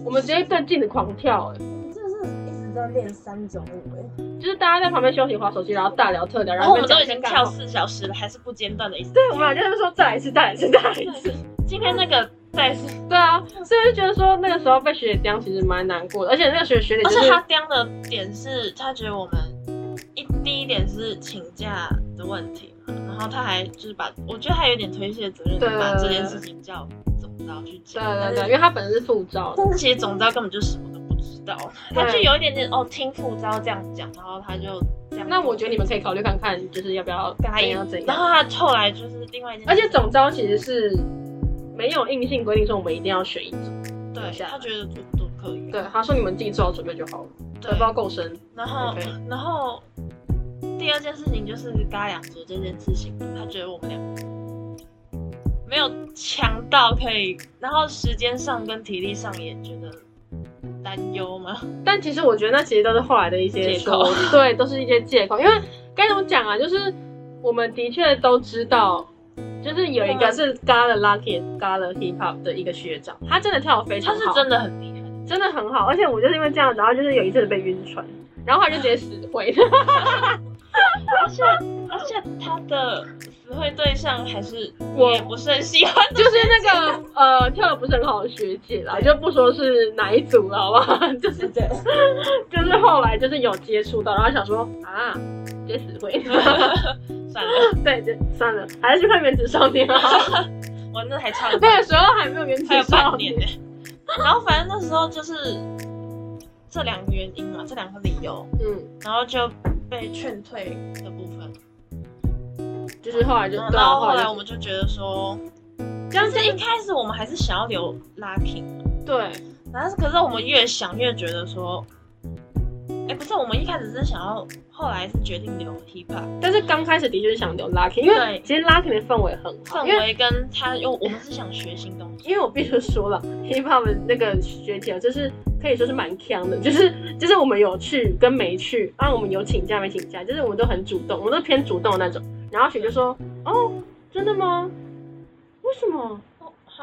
S1: 我们直接对镜子狂跳、欸，
S3: 你真的是一直在练三种舞哎，
S1: 就是大家在旁边休息划手机，然后大聊特聊，
S2: 然
S1: 然后
S2: 后哦我们
S1: 在
S2: 都
S1: 讲
S2: 已
S1: 一些
S2: 经
S1: 干
S2: 跳
S1: 话，
S2: 四小时了，还是不间断的一直。
S1: 对，我们俩就是说再来一次，再来一次，再来一次。
S2: 今天那个再是，
S1: 对啊，所以我就觉得说那个时候被学姐刁其实蛮难过的，而且那个学学姐
S2: 而
S1: 就是
S2: 且他刁的点是，他觉得我们一第一点是请假的问题嘛，然后他还就是把，我觉得他有点推卸责任，
S1: 对
S2: 把这件事情叫总招去
S1: 对
S2: 讲，
S1: 对对，
S2: 但
S1: 因
S2: 是
S1: 为他本身是副招的，
S2: 但是其实总招根本就什么都不知道，他就有一点点哦，听副招这样讲，然后他就这样。
S1: 那我觉得你们可以考虑看看，就是要不要
S2: 跟他
S1: 怎
S2: 一
S1: 样怎，样。
S2: 然后他后来就是另外一件，
S1: 而且总招其实是没有硬性规定说我们一定要选一组，
S2: 对
S1: 下来
S2: 他觉得都都可以
S1: 对
S2: 啊，，
S1: 他说你们自己做好准备就好了，荷包够深。
S2: 然后
S1: 哦 OK
S2: 然后第二件事情就是嘎两族这件事情，他觉得我们两个没有强到可以，然后时间上跟体力上也觉得担忧嘛。
S1: 但其实我觉得那其实都是后来的一些
S2: 借口
S1: 说，对，都是一些借口，因为该怎么讲啊，就是我们的确都知道。就是有一
S2: 我
S1: 个
S2: 们
S1: 是 Gala Lucky Gala Hip Hop 的一个学长，他真的跳得非
S2: 他
S1: 常好，
S2: 是真的很厉害，
S1: 真的很好，而且我就是因为这样，然后就是有一阵被晕船，然后他就直接死灰了。
S2: 而且而且他的词汇对象还是
S1: 我
S2: 我也不是很喜欢。
S1: 就是那个呃跳的不是很好的学姐啦，就不说是哪一组了，好不好？ *laughs* 就是
S3: 对，
S1: 就是后来就是有接触到，然后想说啊，直接死灰。
S2: *laughs* 算了，
S1: 对，就算了，还是去看《原子少年》啊。
S2: 我那还差了
S1: 那个时候还没有《原
S2: 还
S1: 子
S2: 有半
S1: 少
S2: 年
S1: 年
S2: 呢、》然后反正那时候就是这两个原因嘛，这两个理由，
S1: 嗯，
S2: 然后就被劝退的部分。
S1: 就是后来就
S2: 然
S1: 对啊，
S2: 后后
S1: 后
S2: 来
S1: 来
S2: 我们就觉得说，
S1: 但
S2: 但
S1: 是
S2: 是一开始我们还是想要留 locking，
S1: 对，
S2: 但是可是我们越想越觉得说，哎、不是，我们一开始是想要，后来是决定留 hip hop
S1: 但是刚开始的确是想留 Lucky，因为
S2: 对
S1: 其实 Lucky 的氛围很好，因
S2: 氛
S1: 为
S2: 围跟他，因为我们是想学新东西，
S1: 因为我必须说了，hip *laughs* hop 的那个学姐就是可以说是蛮强的，就是就是我们有去跟没去，啊，我们有请假没请假，就是我们都很主动，我们都偏主动的那种。然后雪就说：“哦，真的吗？为什么？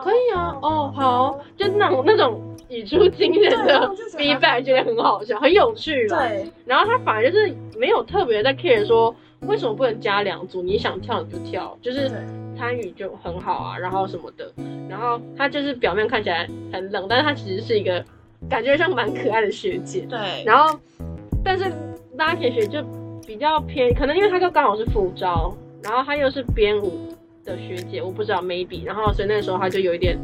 S1: 可以啊，哦，好， *laughs* 就那种那种语出惊人
S3: 对，
S2: 啊
S1: 的
S3: 我就觉
S1: f e e
S3: 得
S1: d 觉得很好笑，很有趣啦。
S3: 对，
S1: 然后他反而就是没有特别在 care 说为什么不能加两组，你想跳你就跳，就是
S3: 对
S1: 参与就很好啊，然后什么的。然后他就是表面看起来很冷，但是他其实是一个感觉上蛮可爱的学姐。
S2: 对，
S1: 然后，但是拉铁学就比较偏，可能因为他就刚好是副招，然后他又是编舞的学姐，我不知道 maybe，然后所以那个时候他就有一点，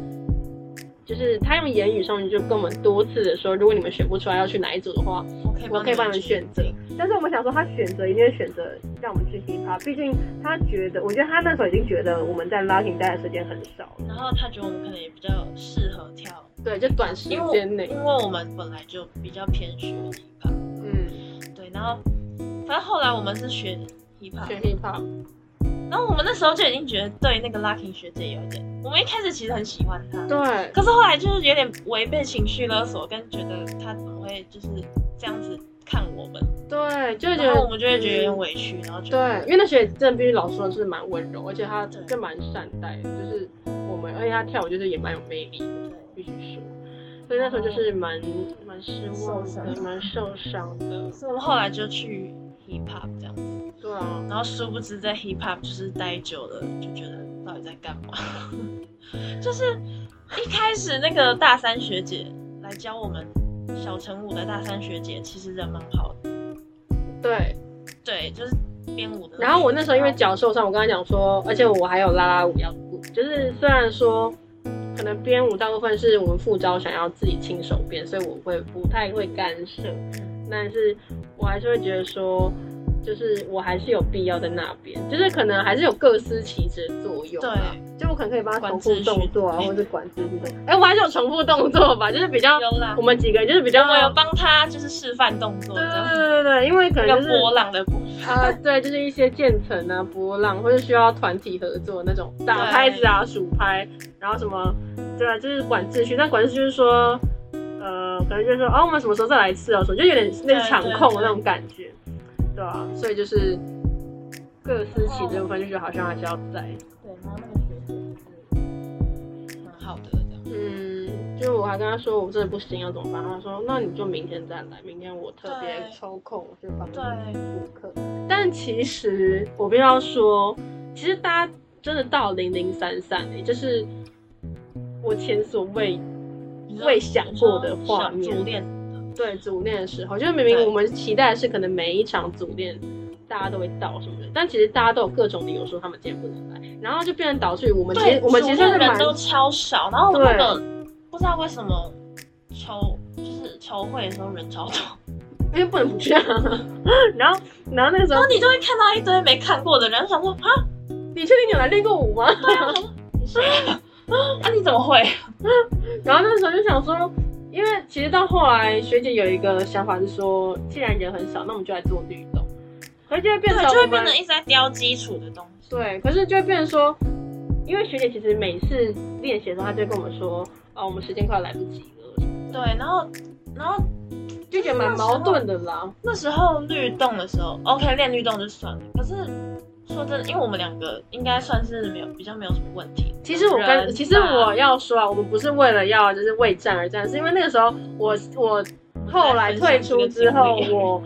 S1: 就是他用言语上面就跟我们多次的说，如果你们选不出来要去哪一组的话，
S2: 我可以
S1: 我可以帮你们选择
S2: 决定。
S1: 但是我们想说，他选择一定是选择让我们去 hip hop，毕竟他觉得，我觉得他那时候已经觉得我们在 locking 待的时间很少了，
S2: 然后他觉得我们可能也比较适合跳，
S1: 对，就短时
S2: 因为
S1: 间内
S2: 因，为我们本来就比较偏学 hip hop，
S1: 嗯，
S2: 对，然后反正后来我们是学 hip
S1: 选
S2: hop，
S1: hip hop，
S2: 然后我们那时候就已经觉得对那个 Lucky 学姐有一点，我们一开始其实很喜欢她，
S1: 对，
S2: 可是后来就是有点违背情绪勒索，跟觉得她怎么会就是这样子看我们，
S1: 对，就会觉
S2: 然后
S1: 得
S2: 我们就会觉得有点委屈，然后觉
S1: 对
S2: 得，
S1: 因为那学姐真的必须老实说，是蛮温柔，而且她
S2: 对
S1: 就蛮善待的，就是我们，而且她跳舞就是也蛮有魅力的，必须说。所以那时候就是蛮蛮失望
S3: 受
S1: 的，
S3: 伤
S1: 蛮受伤的。
S2: 所以我们后来就去 hip hop 这样子，
S1: 对啊，
S2: 然后殊不知在 hip hop 就是待久了，就觉得到底在干嘛？ *laughs* 就是一开始那个大三学姐来教我们小乘舞的大三学姐，其实人蛮好的，
S1: 对。
S2: 对，就是编舞的。
S1: 然后我那时候因为脚受伤，我跟他讲说，而且我还有拉拉舞要顾，就是虽然说可能编舞大部分是我们副招想要自己亲手编，所以我会不太会干涉，但是我还是会觉得说，就是我还是有必要在那边，就是可能还是有各司其职的作用、
S2: 对，
S1: 啊。就我可能可以帮他重复
S2: 管秩序
S1: 动作啊，或者是管秩序动作。哎、我还是有重复动作吧，就是比较
S2: 有啦
S1: 我，们几个就是比较
S2: 我有帮她就是示范动作
S1: 对
S2: 这样
S1: 对
S2: 子，
S1: 对对对，因为可
S2: 那
S1: 能就
S2: 个
S1: 是
S2: 波浪的部分。
S1: 啊，对，就是一些渐层啊、波浪，或者需要团体合作那种打拍子啊、数拍，然后什么，对啊，就是管秩序。但管秩序就是说，呃，可能就是说，哦，我们什么时候再来一次哦，什么就有点类似场控的那种感觉，对啊，所以就是各司其职的部分，就是好像还是要在，
S3: 对，然后那个学姐就是
S2: 蛮好的这样。
S1: 嗯，就我还跟他说我真的不行要怎么办，他说那你就明天再来，明天我特别
S2: 对
S1: 抽空去帮你
S2: 对，
S1: 补课。但其实我必须要说，其实大家真的到零零散散的，就是我前所未未想过的画
S2: 小
S1: 面
S2: 主。练，
S1: 对组练的时候，就是明明
S2: 对
S1: 我们期待的是可能每一场组练大家都会到什么的，但其实大家都有各种理由说他们今天不能来，然后就变成导致于我们其
S2: 对
S1: 实，我们其实
S2: 主
S1: 算
S2: 练
S1: 是蛮
S2: 人都超少，然后那个不知道为什么筹就是筹会的时候人超多， *laughs*
S1: 因为不能不去啊。 *laughs* 然后然后那个时
S2: 然
S1: 候
S2: 后，你就会看到一堆没看过的人，想说啊，
S1: 你确定你有来练过舞吗？ *laughs*
S2: 你是啊你怎么会？
S1: 然后那时候就想说，因为其实到后来学姐有一个想法是说，既然人很少，那我们就来做律动，可是就会 *laughs* 变成
S2: 对，就
S1: 我
S2: 会
S1: 们
S2: 变成一直在雕基础的东西。
S1: 对，可是就会变成说，因为学姐其实每次练习的时候，她就会跟我们说，啊，我们时间快来不及了，
S2: 对，然后然后
S1: 就觉得
S2: 啊
S1: 蛮矛盾的啦。
S2: 那时候律动的时候，OK 练律动就算了，可是。说真的，因为我们两个应该算是没有比较没有什么问题。
S1: 其实我
S2: 人
S1: 跟
S2: 嘛
S1: 其实我要说啊，我们不是为了要就是为战而战，是因为那个时候我我后来退出之后，我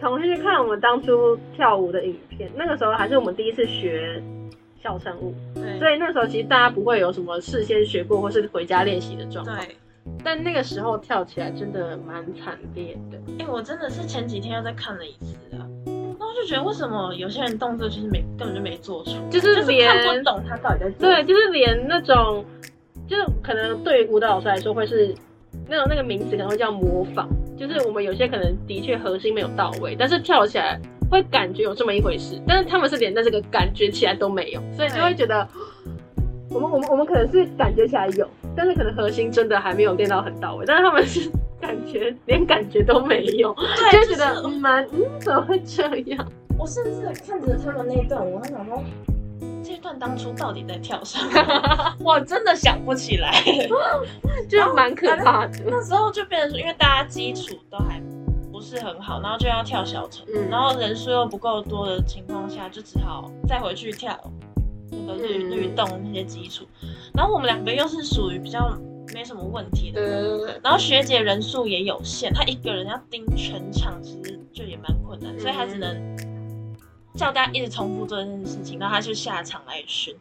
S1: 重新去看我们当初跳舞的影片，那个时候还是我们第一次学小乘舞，
S2: 对
S1: 所以那时候其实大家不会有什么事先学过或是回家练习的状况，
S2: 对，
S1: 但那个时候跳起来真的蛮惨烈的。
S2: 哎、我真的是前几天又再看了一次啊。那后就觉得为什么有些人动作就是没根本就没做出，
S1: 就是
S2: 看不
S1: 连
S2: 懂他到底在做
S1: 对，就是连那种，就是可能对于舞蹈老师来说，会是那种那个名词可能会叫模仿，就是我们有些可能的确核心没有到位，但是跳起来会感觉有这么一回事，但是他们是连在这个感觉起来都没有，所以就会觉得。我们我们我们可能是感觉起来有，但是可能核心真的还没有练到很到位，但是他们是感觉连感觉都没有，
S2: 对，
S1: 就
S2: 就
S1: 会觉得
S2: 是
S1: 蛮嗯怎么会这样？
S3: 我甚至看着他们那一段，我还想说，
S2: 这一段当初到底在跳什
S1: *laughs*
S2: 么，我真的想不起来。
S1: 就蛮可怕的。
S2: 那时候就变成说，因为大家基础都还不是很好，然后就要跳小城，
S1: 嗯
S2: 然后人数又不够多的情况下，就只好再回去跳那个律、
S1: 嗯
S2: 律动那些基础。然后我们两个又是属于比较没什么问题的，
S1: 呃，
S2: 然后学姐人数也有限，她一个人要盯全场，其实就也蛮困难，
S1: 嗯
S2: 所以她只能叫大家一直重复做这件事情，然后她就下场来训。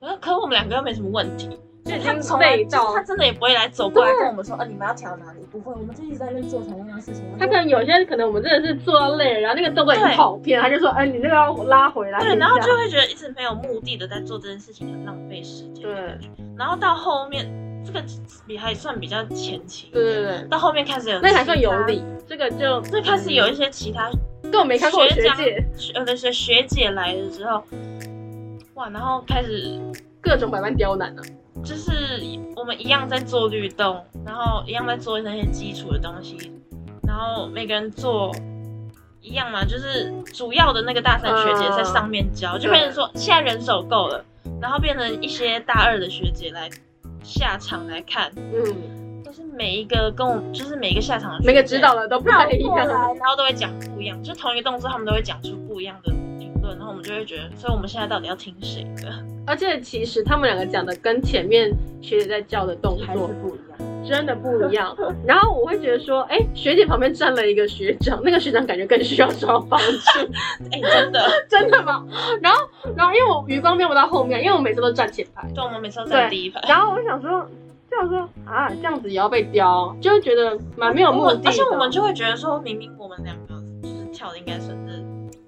S2: 我说可我们两个又没什么问题，所以她从来
S1: 已经背到
S2: 就是她真的也不会来走过来跟
S3: 跟
S2: 我哦
S3: 我们说，呃，你们要调哪里？不会，我们就一直在那边做同样的事情。
S1: 他可能有些可能我们真的是做到累了，然后那个动作已经
S2: 对
S1: 跑偏，他就说：“哎，你那个要拉回来。”
S2: 对，然后就会觉得一直没有目的的在做这件事情，很浪费时间。
S1: 对，
S2: 然后到后面这个比还算比较前期，
S1: 对对对，
S2: 到后面开始有
S1: 那个还算
S2: 其
S1: 有
S2: 他，
S1: 理。这个就
S2: 嗯这开始有一些其他
S1: 根本没看过的学
S2: 长
S1: 姐，
S2: 学呃那些学姐来了之后，哇，然后开始
S1: 各种百般刁难啊呢。
S2: 就是我们一样在做律动，然后一样在做那些基础的东西，然后每个人做。一样嘛，就是主要的那个大三学
S1: 嗯
S2: 姐在上面教，就变成说现在人手够了，然后变成一些大二的学姐来下场来看，
S1: 嗯，
S2: 就是每一个跟我，就是每一个下场的学姐
S1: 每个指导的都不太一
S3: 绕过
S1: 样。
S3: 来
S2: 然后都会讲不一样，就同一个动作，他们都会讲出不一样的理论，然后我们就会觉得，所以我们现在到底要听谁的？
S1: 而且其实他们两个讲的跟前面学姐在教的动
S3: 还是
S1: 作
S3: 不一样。
S1: 真的不一样。然后我会觉得说：“哎，学姐旁边站了一个学长，那个学长感觉更需要受到帮助。” *laughs*
S2: 哎、真的，
S1: 真的吗？ *laughs* 然后，然后因为我余光瞄不到后面，因为我每次都站前排。
S2: 对，我们每次都站第一排，
S1: 然后我想说，就想说啊，这样子也要被刁，就会觉得蛮没有目
S2: 我
S1: 的
S2: 们
S1: 的。
S2: 而且我们就会觉得说，明明我们两个就是跳的应该算是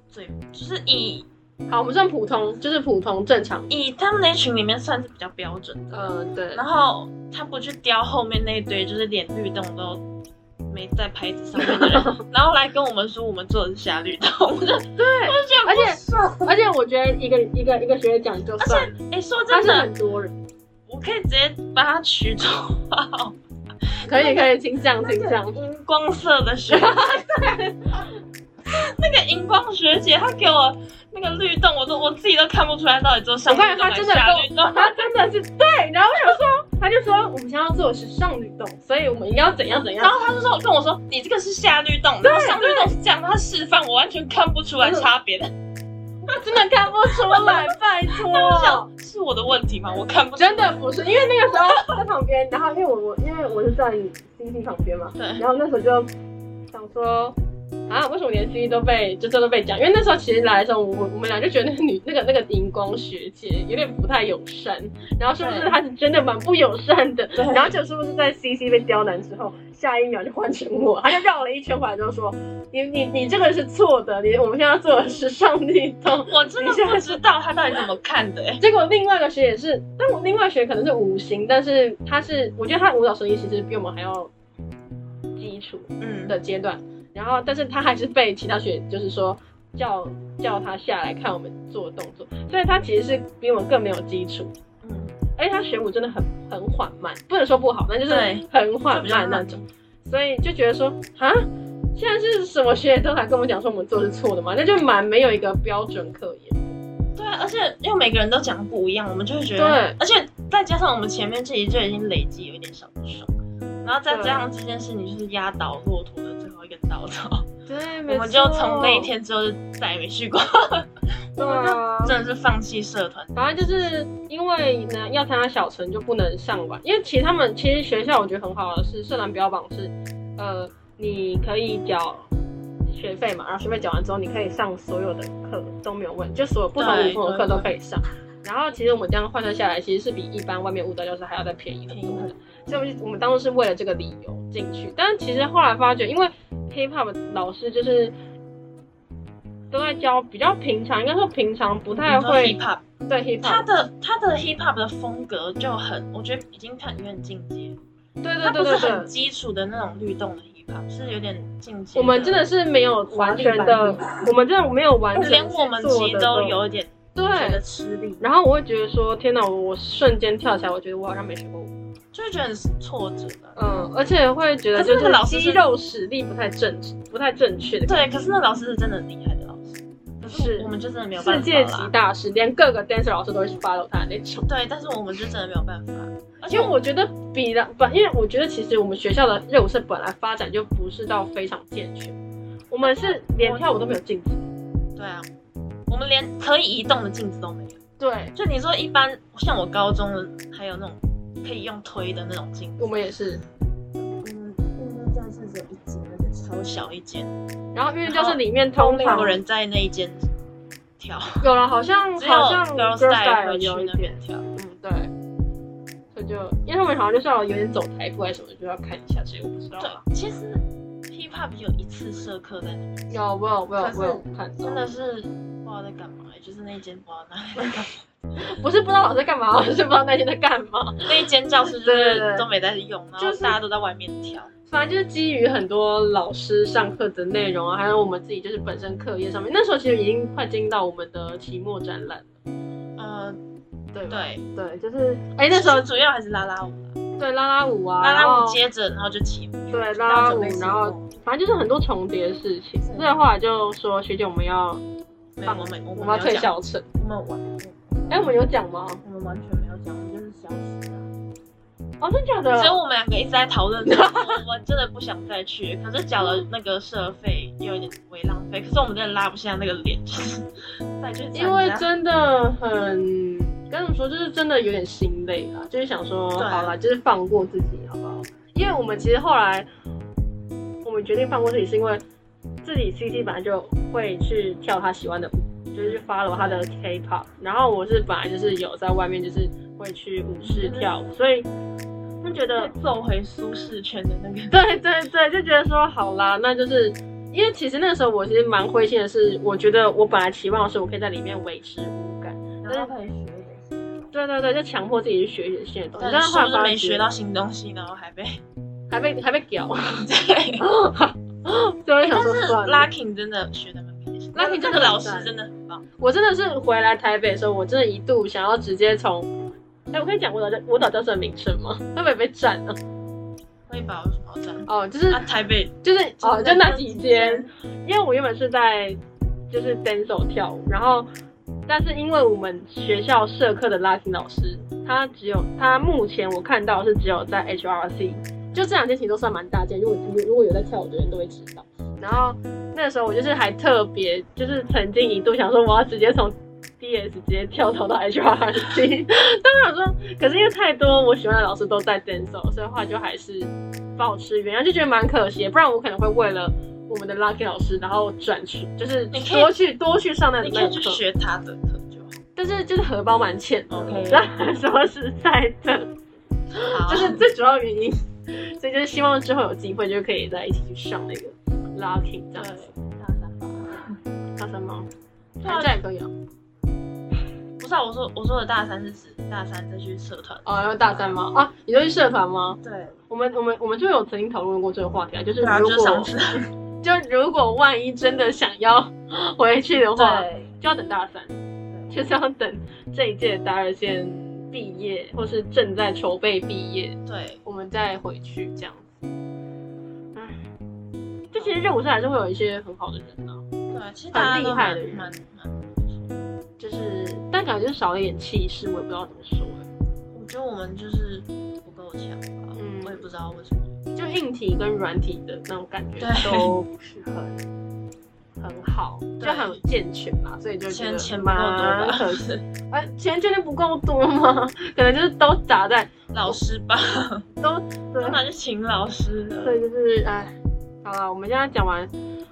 S2: 最，就是以
S1: 好，我们算普通，就是普通正常。
S2: 以他们那群里面算是比较标准的，
S1: 呃，对
S2: 然，后他不去雕后面那一堆，就是连律动都。没在牌子上面的人， *laughs* 然后来跟我们说我们做的是下律动， *laughs* 我就
S1: 而且而且我觉得一个一个一个学姐讲就算了，
S2: 哎、说
S1: 他
S2: 真
S1: 是
S2: 的，
S1: 很多人，我
S2: 我可以直接把它取走好。
S1: 可以可以，请讲请
S3: 那个
S1: 讲。
S2: 荧光色的学姐，那个荧光学姐，她给我那个律动，我都我自己都看不出来到底做上
S1: 我发现
S2: 律动
S1: 他
S2: 还
S1: 真
S2: 是
S1: 的
S2: 下律
S1: 跟我，
S2: 动。
S1: 他真的是对。然后我想说，他就说我们现在要做的是上律动，所以我们应该要怎样怎
S2: 然
S1: 样。
S2: 后她就说跟我说，你这个是下律动，然后上律动是这样，她示范我完全看不出来差别的。
S1: 真的看不出来，拜托。
S2: 我想是我的问题吗？我看不出
S1: *laughs*
S2: 来
S1: 真的不是，因为那个时候在旁边，然后因为我我因为我是在 CC 旁边嘛，
S2: 对，
S1: 然后那时候就想说啊，为什么连 CC 都被就这都被讲？因为那时候其实来的时候，我我我们俩就觉得那个女那个那个荧光学姐有点不太友善，然后是不是
S2: 对
S1: 她是真的蛮不友善的？
S3: 对
S1: 然后就是不是在 CC 被刁难之后，下一秒就换成我，她就绕了一圈回来之后说，你你你这个是错的，你我们现在要做的是上帝动。
S2: 我真的不知道她到底怎么看的、哎，
S1: 结果另外一个学也是，但我另外一个学可能是五行，但是他是，我觉得他舞蹈生意其实比我们还要基础
S2: 嗯，
S1: 的阶段。然后，但是他还是被其他学 *laughs* 就是说叫叫他下来看我们做动作，所以他其实是比我们更没有基础。
S2: 嗯，
S1: 而且他学舞真的很很缓慢，不能说不好，但就是
S2: 对
S1: 很缓
S2: 就比较
S1: 慢
S2: 慢
S1: 那种，所以就觉得说啊，现在是什么学姐都来跟我们讲说我们做的是错的嘛，那就蛮没有一个标准可言。
S2: 对啊，而且因为每个人都讲得不一样，我们就会觉得，
S1: 对，
S2: 而且再加上我们前面这一就已经累积有一点小不爽，然后再
S1: 对
S2: 加上这件事情就是压倒骆驼的最后一根稻草，
S1: *laughs* 对，
S2: 我们就从那一天之后就再也没去过，
S1: 对啊，
S2: 真的是放弃社团。
S1: 反正就是因为呢要参加小城就不能上晚，因为其实他们其实学校我觉得很好的是社团标榜是，呃，你可以缴学费嘛，然后学费缴完之后你可以上所有的课都没有问题，就所有不同
S2: 对
S1: 舞风的课都可以上。然后其实我们这样换算下来，其实是比一般外面舞蹈教室还要再便宜很多的。所以我们我们当初是为了这个理由进去，但其实后来发觉，因为 hip hop 老师就是都在教比较平常，应该说平常不太
S2: 你说
S1: 会
S2: hip hop，
S1: 对 hip
S2: 他
S1: hop，
S2: 的他的 hip hop 的风格就很，我觉得已经看有点进阶，
S1: 对对
S2: 他
S1: 对
S2: 不是
S1: 对
S2: 很
S1: 对，
S2: 基础的那种律动的 hip hop，是有点进阶。
S1: 我们真的
S2: 是，
S1: 是没有完全的，我们真的没有完全
S2: 连我们
S1: 做
S2: 其实
S1: 的
S2: 都有一点
S1: 对。
S2: 觉得吃力，
S1: 然后我会觉得说，天哪，我我瞬间跳起来，我觉得我好像没学过舞，
S2: 就是觉得很挫折的。
S1: 嗯，而且会觉得
S2: 可是
S1: 就
S2: 那个老师
S1: 肌
S2: 是
S1: 肉实力不太正，不太正确的感觉。
S2: 对，可是那老师是真的很厉害的老师，可
S1: 是
S2: 是我们就真的没有办法
S1: 世界
S2: 啦。
S1: 级大师，连各个 dancer 老师都会去 follow 他的那种。
S2: 对，但是我们就真的没有办法，而且
S1: 因为
S2: 我
S1: 我觉得比的本，因为我觉得其实我们学校的热舞社本来发展就不是到非常健全，我们是连跳舞都没有镜子。
S2: 对啊，我们连可以移动的镜子都没有。
S1: 对，
S2: 就你说一般像我高中的，还有那种可以用推的那种镜子，
S1: 我们也是。
S2: 嗯，
S3: 运动教室只有一间，而且超
S2: 很
S3: 小。
S2: 小一间，
S1: 然后因为就是里面通
S2: 没有
S1: 常
S2: 人在那一间跳，
S1: 有了，好像
S2: 只有
S1: 好像 girls
S2: girls style
S1: style
S2: 会去
S1: 有一
S2: 那
S1: 点
S2: 边，跳。
S1: 嗯，对。所以就因为他们好像就是要有点走台步还是什么，就要看一下，所以我不知道
S2: 对
S1: 啦。，
S2: 其实 hip hop 有一次社课在那边，
S1: 有，我有，我有
S2: 可，是
S1: 我有看到
S2: 真。的是不知道在干嘛，欸就是那一间不知道哪里，
S1: 不是不知道老师在干嘛，我是 *laughs* 不知道那天在干嘛。
S2: 那一间教室就
S1: 对对对
S2: 是都没在用，然后
S1: 就是
S2: 大家都在外面跳。
S1: 反正就是基于很多老师上课的内
S2: 嗯
S1: 容啊，还有我们自己就是本身课业上面，那时候其实已经快进到我们的期末展览了，
S2: 呃，
S1: 嗯对吧
S2: 对，
S1: 对，就是哎、那时候
S2: 其实主要还是拉拉舞啦，
S1: 对啦啦舞啊，
S2: 拉
S1: 然
S2: 拉
S1: 后
S2: 舞接着然后就起舞，
S1: 对啦
S2: 到
S1: 啦
S2: 准
S1: 舞
S2: 备期，
S1: 然后
S2: 末
S1: 反正就是很多重叠的事情
S3: 是。
S1: 所以后来就说学姐我们要
S2: 没有我们我
S1: 我们
S2: 们
S1: 要
S2: 没
S1: 退
S2: 有讲，
S1: 小城，
S3: 我们完，
S1: 哎、我们有讲吗？
S3: 我们完全没有讲，我们就是消失了。
S1: 哦，真假
S2: 所以
S1: 的？
S2: 我们两个一直在讨论，
S1: *laughs*
S2: 我们真的不想再去，可是缴了那个社费又有点微浪费，可是我们真的拉不下那个脸， *laughs* 就是再去参加
S1: 因为真的很该怎么说，就是真的有点心累啦，就是想说
S2: 对
S1: 好啦，就是放过自己好不好？因为我们其实后来我们决定放过自己，是因为自己 CC 本来就会去跳他喜欢的舞，就是去 follow 他的 K-pop，然后我是本来就是有在外面就是会去舞室跳舞，所以就觉得
S2: 再走回舒适圈的那
S1: *laughs*
S2: 个，
S1: 对对对，就觉得说好啦，那就是因为其实那时候我其实蛮灰心的是，我觉得我本来期望的是我可以在里面维持舞感，
S3: 然后可以学一点新的东西，
S1: 对对对，就强迫自己去学一些新的东西，
S2: 但
S1: 但
S2: 是
S1: 是
S2: 是
S1: 后来
S2: 不是
S1: 发
S2: 没
S1: 觉
S2: 学到新东西，然后还被
S1: 还被还被屌， *laughs*
S2: 对，
S1: 所以
S2: 但
S1: 想说
S2: 是
S1: 算了。
S2: locking 真的学的蛮开心
S1: Locking
S2: 这
S1: 真
S2: 个
S1: 的
S2: 老
S1: 很赞
S2: 师真的很棒，
S1: 我真的是回来台北的时候，我真的一度想要直接从，哎，我可以讲舞蹈教舞蹈教室的名称吗？会不会被占呢？
S2: 会把我什么赞？
S1: 哦，就是
S2: 啊，台北
S1: 就是哦，就那几间，
S3: 就
S1: 因为我原本是在就是 dance 跳舞，然后但是因为我们学校社课的拉丁老师，他只有他目前我看到是只有在 HRC，就这两件其实都算蛮大件，如果如如果有在跳舞的人都会知道。然后那时候我就是还特别就是曾经一度想说我要直接从 DS 直接跳槽到 HRC，但 *laughs* 我想说，可是因为太多我喜欢的老师都在 dance，所以后来就还是保持原样，就觉得蛮可惜的，不然我可能会为了。我们的 Lucky 老师，然后转去就是
S2: 你可以
S1: 多去多去上那
S2: 你
S1: 里
S2: 可以去学他的课就
S1: *laughs* 但是就是荷包蛮浅的， *laughs*
S2: OK
S1: 那说实在的，
S2: 好，啊
S1: 这是最主要原因，所以就是希望之后有机会就可以再一起去上那个 locking 这
S2: 对
S1: 样子，
S3: 大三吧，
S1: 大三吗？
S2: 对啊
S1: 寒假也可以啊，
S2: 不是啊，我说我说的大三是指大三再去社团
S1: 哦，要大三吗？啊，你说去社团吗？
S3: 对，
S1: 我们我们我们就有曾经讨论过这个话题啊，就是
S2: 对啊，就
S1: 如
S2: 是
S1: 果
S2: 上次，
S1: 就如果万一真的想要回去的话，
S3: 对，
S1: 就要等大三，就是要等这一届大二先毕业，或是正在筹备毕业，
S2: 对，
S1: 我们再回去这样子。唉，就其实热舞社还是会有一些很好的人啊，
S2: 对啊，其实大家都蛮蛮蛮不错。
S1: 就是但感觉就是少了一点气势，我也不知道怎么说欸、
S2: 我觉得我们就是不够强吧，
S1: 嗯
S2: 我也不知道为什么。
S1: 就硬体跟软体的那种
S2: *laughs*
S1: 感觉
S2: 对
S1: 都不是很很好，就
S2: 对
S1: 很健全嘛，所以就觉得
S2: 钱钱不够
S1: 蛮
S2: 多吧
S1: 可惜。哎，钱真的不够多吗？ *laughs* 可能就是都砸在
S2: 老师吧，
S1: 都对
S2: 当然是请老师的。
S1: 对，就是哎，好了，我们现在讲完，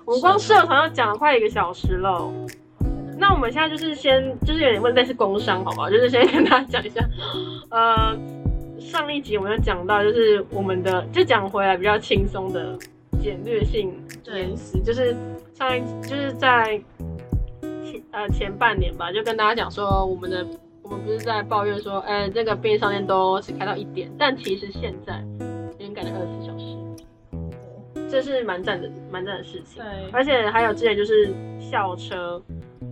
S1: 我们光社团要讲了快一个小时了。那我们现在就是先，就是有点问类似工商，好不好？就是先跟大家讲一下，呃，上一集我们就讲到，就是我们的就讲回来比较轻松的简略性
S2: 对
S1: 言辞，就是上一就是在呃前半年吧，就跟大家讲说我们的我们不是在抱怨说，呃，这个便利商店都只开到一点，但其实现在已经改了二十四小时，这是蛮赞的蛮赞的事情。
S2: 对，
S1: 而且还有之前就是校车，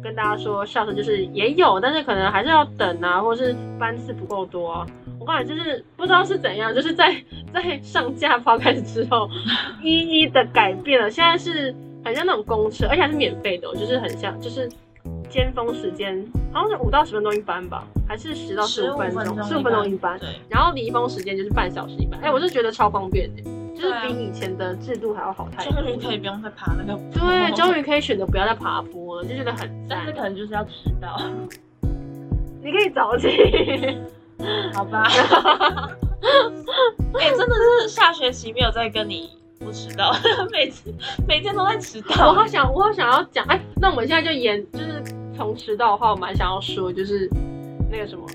S1: 跟大家说校车就是也有，但是可能还是要等啊，或是班次不够多啊。我感觉就是不知道是怎样，就是在在上架 p 开始之后，一一的改变了。现在是很像那种公车，而且还是免费的哦、就是很像就是尖峰时间，好像是五到十分钟一班吧，还是十到十
S2: 15
S1: 五分
S2: 钟一
S1: 钟，
S2: 班，
S1: 十五分钟一班。
S2: 对，
S1: 然后离峰时间就是半小时一班，哎、我是觉得超方便的，就是
S2: 对啊
S1: 比以前的制度还要好太多。
S2: 终于可以不用再爬那个坡，
S1: 对，终于可以选择不要再爬坡了，就觉得很
S2: 但 *laughs*
S1: 赞
S2: 是。可能就是要迟
S1: *laughs*
S2: 到，
S1: 你可以早起，
S2: 好
S1: *laughs*
S2: 吧？哎、真的是下学期没有再跟你不迟到，每次每天都在迟
S1: *laughs* 我
S2: 到。
S1: 好想，我好想要讲，哎、那我们现在就演，就是从迟到的话，我蛮想要说，就是那个什么，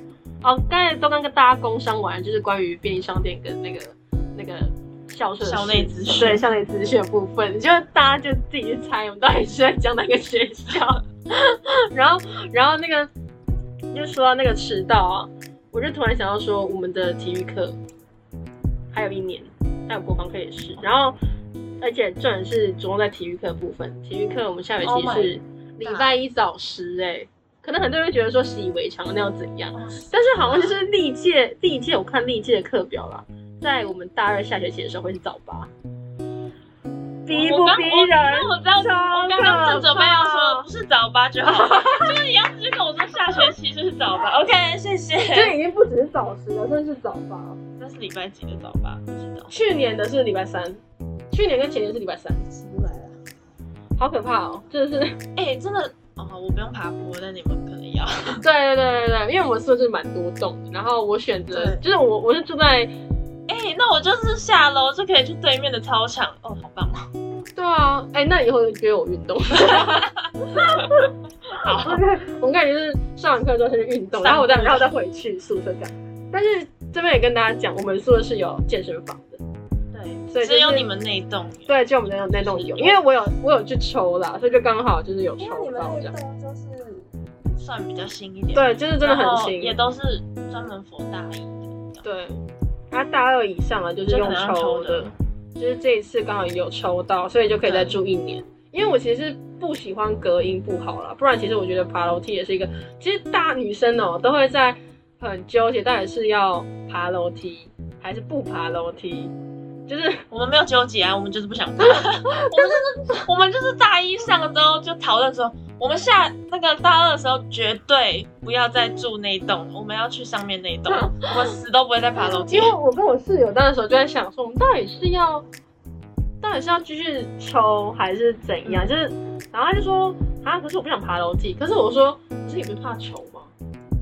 S1: 哦，刚才都跟大家工商完，就是关于便利商店跟那个那个校舍的
S2: 校
S1: 事
S2: 内资讯
S1: 对校内资讯的部分，就大家就自己去猜，我们到底是在讲哪个学校。 *laughs* 然后，然后那个就说到那个迟到啊，我就突然想到说，我们的体育课还有一年，还有国防课也是。然后，而且重点是着重在体育课的部分。体育课我们下学
S2: Oh
S1: 期
S2: my
S1: 是礼拜一早十、欸，可能很多人会觉得说习以为常，那又怎样？但是好像就是历届历届，我看历届的课表啦，在我们大二下学期的时候会是早八，逼不
S2: 我刚
S1: 逼
S2: 我
S1: 人？
S2: 那我这样子，我刚刚正准备要说不是早八就好，就是你要直接跟我说下学期就是早八。OK，谢谢。
S1: 这已经不只是早十了，算是早八。
S2: 那是礼拜几的早八？不知道。
S1: 去年的是礼拜三，去年跟前年是礼拜三，
S3: 起不来了。
S1: 好可怕哦！真的是，
S2: 哎、真的哦，我不用爬坡，但你们可能要。
S1: 对对对对对，因为我们宿舍蛮多栋的，然后我选择
S2: 对
S1: 就是我我是住在
S2: 哎、那我就是下楼就可以去对面的操场。哦，好棒哦！
S1: 对啊，哎、那以后约我运
S3: *laughs*
S1: 动。
S2: 好，
S1: 我们感觉就是上完课之后先去运动，
S2: 散步
S1: 然后我再然后再回去宿舍这样。但是这边也跟大家讲，我们宿舍是有健身房的，
S2: 对，
S1: 所以就是
S2: 只有你们那一栋。
S1: 对，就我们那栋那栋有，因为我有我有去抽啦，所以就刚好就是有
S3: 因为你
S1: 抽
S3: 们
S1: 到
S3: 那
S1: 这样
S3: 一。栋就是
S2: 算比较新一点，，
S1: 对，就是真的很新，
S2: 也都是专门佛大一的，
S1: 对。然后大二以上啊，就是
S2: 就
S1: 用
S2: 可能要
S1: 抽
S2: 抽
S1: 的
S2: 的，，
S1: 就是这一次刚好有抽到，所以就可以再住一年。因为我其实不喜欢隔音不好啦，不然其实我觉得爬楼梯也是一个，其实大女生哦、都会在很纠结，到底是要爬楼梯还是不爬楼梯，就是
S2: 我们没有纠结啊，我们就是不想爬，我 *laughs* 们就是我们就是大一上了之后就讨论说，我们下那个大二的时候绝对不要再住那一栋，我们要去上面那一栋，
S1: 嗯
S2: 我们死都不会再爬楼梯
S1: 因。为我跟我室友那时候就在想说，我们到底是要，到底是要继续抽还是怎样？就是，然后他就说啊，可是我不想爬楼梯。可是我说，可是你不是怕虫吗？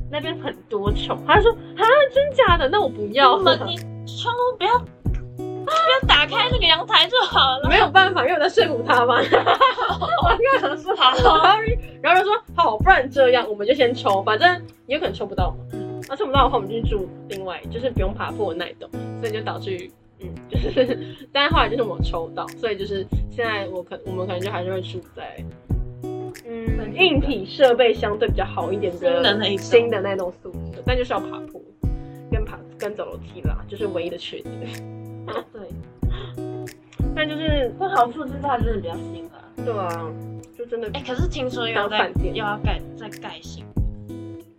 S1: 那边很多虫。他就说啊，真假的？那我不要。
S2: 门你窗户不要不要打开那个阳台就好了。
S1: 没有办法，因为我在说服他嘛。我就想说好，然后然后就说好，不然这样，我们就先抽，反正也有可能抽不到嘛。那抽不到的话，我们就住另外，就是不用爬破那一栋，所以就导致于，嗯， *laughs* 就是，但是后来就是我抽到，所以就是现在我可我们可能就还是会住在，嗯，硬体设备相对比较好一点
S2: 新的那一
S1: 的
S2: 栋
S1: 新的那栋宿舍，但就是要爬坡跟爬跟走楼梯啦，就是唯一的缺点。
S2: 对，
S1: 但就是
S2: 但好处就是它真的比较新啊。
S1: 对啊，就真的
S2: 哎、可是听说又要
S1: 当
S2: 再
S1: 饭店
S2: 又要盖再盖新，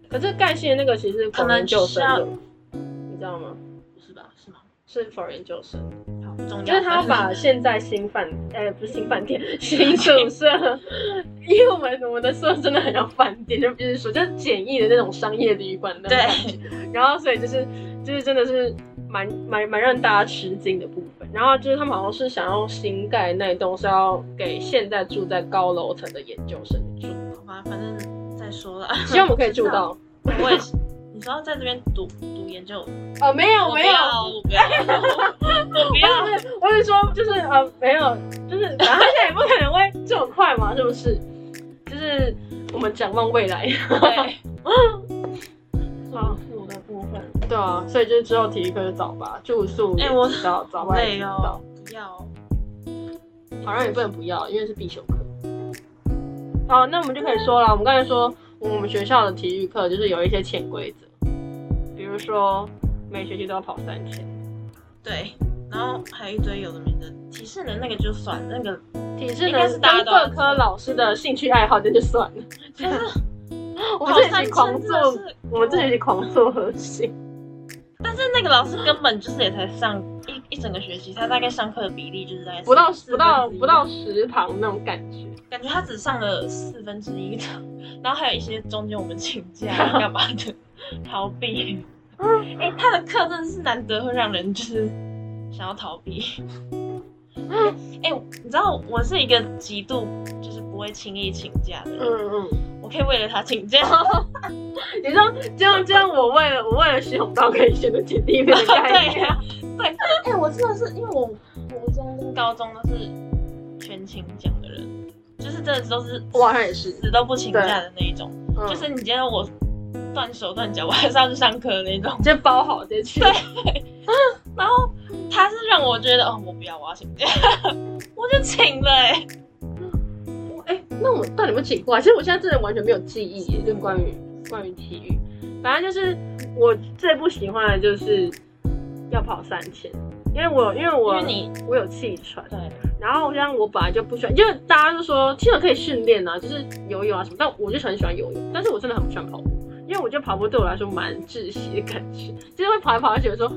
S1: 可是盖系的那个其实
S2: 可
S1: 否
S2: 能
S1: 研究生的
S2: 是，
S1: 你知道吗？
S2: 是吧？是吗？
S1: 是否研究生，
S2: 好，重要。
S1: 就是他把现在新饭，呃，不是新饭店， *laughs* 新宿舍， *laughs* 因为我们我们的宿舍真的很像饭店，就必须说，就是简易的那种商业旅馆那种感觉。然后所以就是就是真的是蛮蛮蛮让大家吃惊的部分。然后就是他们好像是想要新盖那一栋是要给现在住在高楼层的研究生
S2: *laughs*
S1: 住，
S2: 好吧，反正再说了。
S1: 希望我们可以住
S2: 哦
S1: 到。
S2: 我也是，你说要在这边读读研究，
S1: 哦，没有
S2: 我
S1: 没有，
S2: 不要，我不要，
S1: 不是，我是说，就是呃，没有，就是反正现在也不可能会这么快嘛，是不是？就是我们展望未来， *laughs*
S2: 对，
S1: 好
S2: 啊我的部分，
S1: 对啊，所以就是之后体育课就早吧，住宿
S2: 哎我
S1: 也知道，早
S2: 好
S1: 八也
S2: 累
S1: 知
S2: 哦
S1: 道，，
S2: 不要，
S1: 好像也不能不要，因为是必修课。好，那我们就可以说了。我们刚才说，我们学校的体育课就是有一些潜规则，比如说每学期都要跑三千。
S2: 对，然后还有一堆有的没的，体适能那个就算，那个
S1: 体适
S2: 应该
S1: 能
S2: 是
S1: 是
S2: 大家
S1: 跟
S2: 都要
S1: 各科老师的兴趣爱好，这就算了。
S2: 可 *laughs* 是
S1: 我们这学
S2: 三
S1: 期狂
S2: 真的
S1: 做，
S2: 是
S1: 我们这学期狂做核心。
S2: 但是那个老师根本就是也才上一一整个学期，他大概上课的比例就是在
S1: *laughs* 不到
S2: 四
S1: 不到
S2: 分之一
S1: 不到十堂那种感觉。
S2: 感觉他只上了四分之一的，然后还有一些中间我们请假干嘛的逃避。
S1: *laughs*
S2: 哎、他的课真的是难得会让人就是想要逃避。哎、你知道我是一个极度就是不会轻易请假的人，
S1: 嗯哦嗯，
S2: 我可以为了他请假。
S1: 你知道，就像就像我为了我为了徐红道可以选择姐弟恋的 *laughs* 概
S2: *laughs* 对
S1: 念，
S2: 呀、
S3: 哎、我真的是因为我国中
S2: 啊，高中都是全勤奖的人，就是真的都是
S1: 我好像也是
S2: 死都不请假的那一种，
S1: 嗯
S2: 就是你今天我断手断脚，我还是要去上课的那种。
S1: 就包好直接去。
S2: 对然后他是让我觉得，哦，我不要，我要请假， *laughs* 我就请了、欸。
S1: 我哎、那我到底有没有请过啊？其实我现在真的完全没有记忆耶，就关于关于体育，反正就是我最不喜欢的就是要跑三千，因为我因为
S2: 因
S1: 我
S2: 为你
S1: 我有气喘，
S2: 对，
S1: 然后像我本来就不喜欢，因为大家就说气喘可以训练啊，就是游泳啊什么，但我就很喜欢游泳，但是我真的很不喜欢跑步，因为我觉得跑步对我来说蛮窒息的感觉，就是会跑来跑去的时候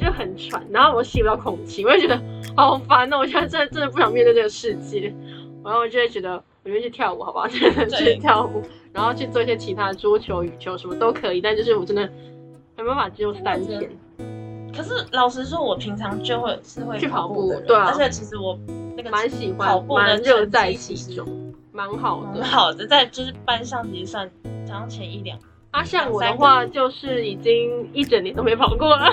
S1: 就很喘，然后我吸不到空气，我就觉得好烦哦，我现在真的真的不想面对这个世界，然后我就会觉得我 *laughs* 就去跳舞好不好？真的去跳舞，然后去做一些其他的桌球、羽球什么都可以，但就是我真的没办法只有三
S3: 真的
S1: 天，
S2: 可是老实说，我平常就会是会
S1: 去跑
S2: 步的
S1: 步
S2: 人，
S1: 对啊
S2: 而且其实我那个
S1: 蛮喜
S2: 跑
S1: 欢，
S2: 步的
S1: 蛮热
S2: 成绩
S1: 在
S2: 其
S1: 其
S2: 实
S1: 中，蛮好的
S2: 很。好的，在就是班上结算，好像前一两，
S1: 啊，像我的话就是已经一整年都没跑过了，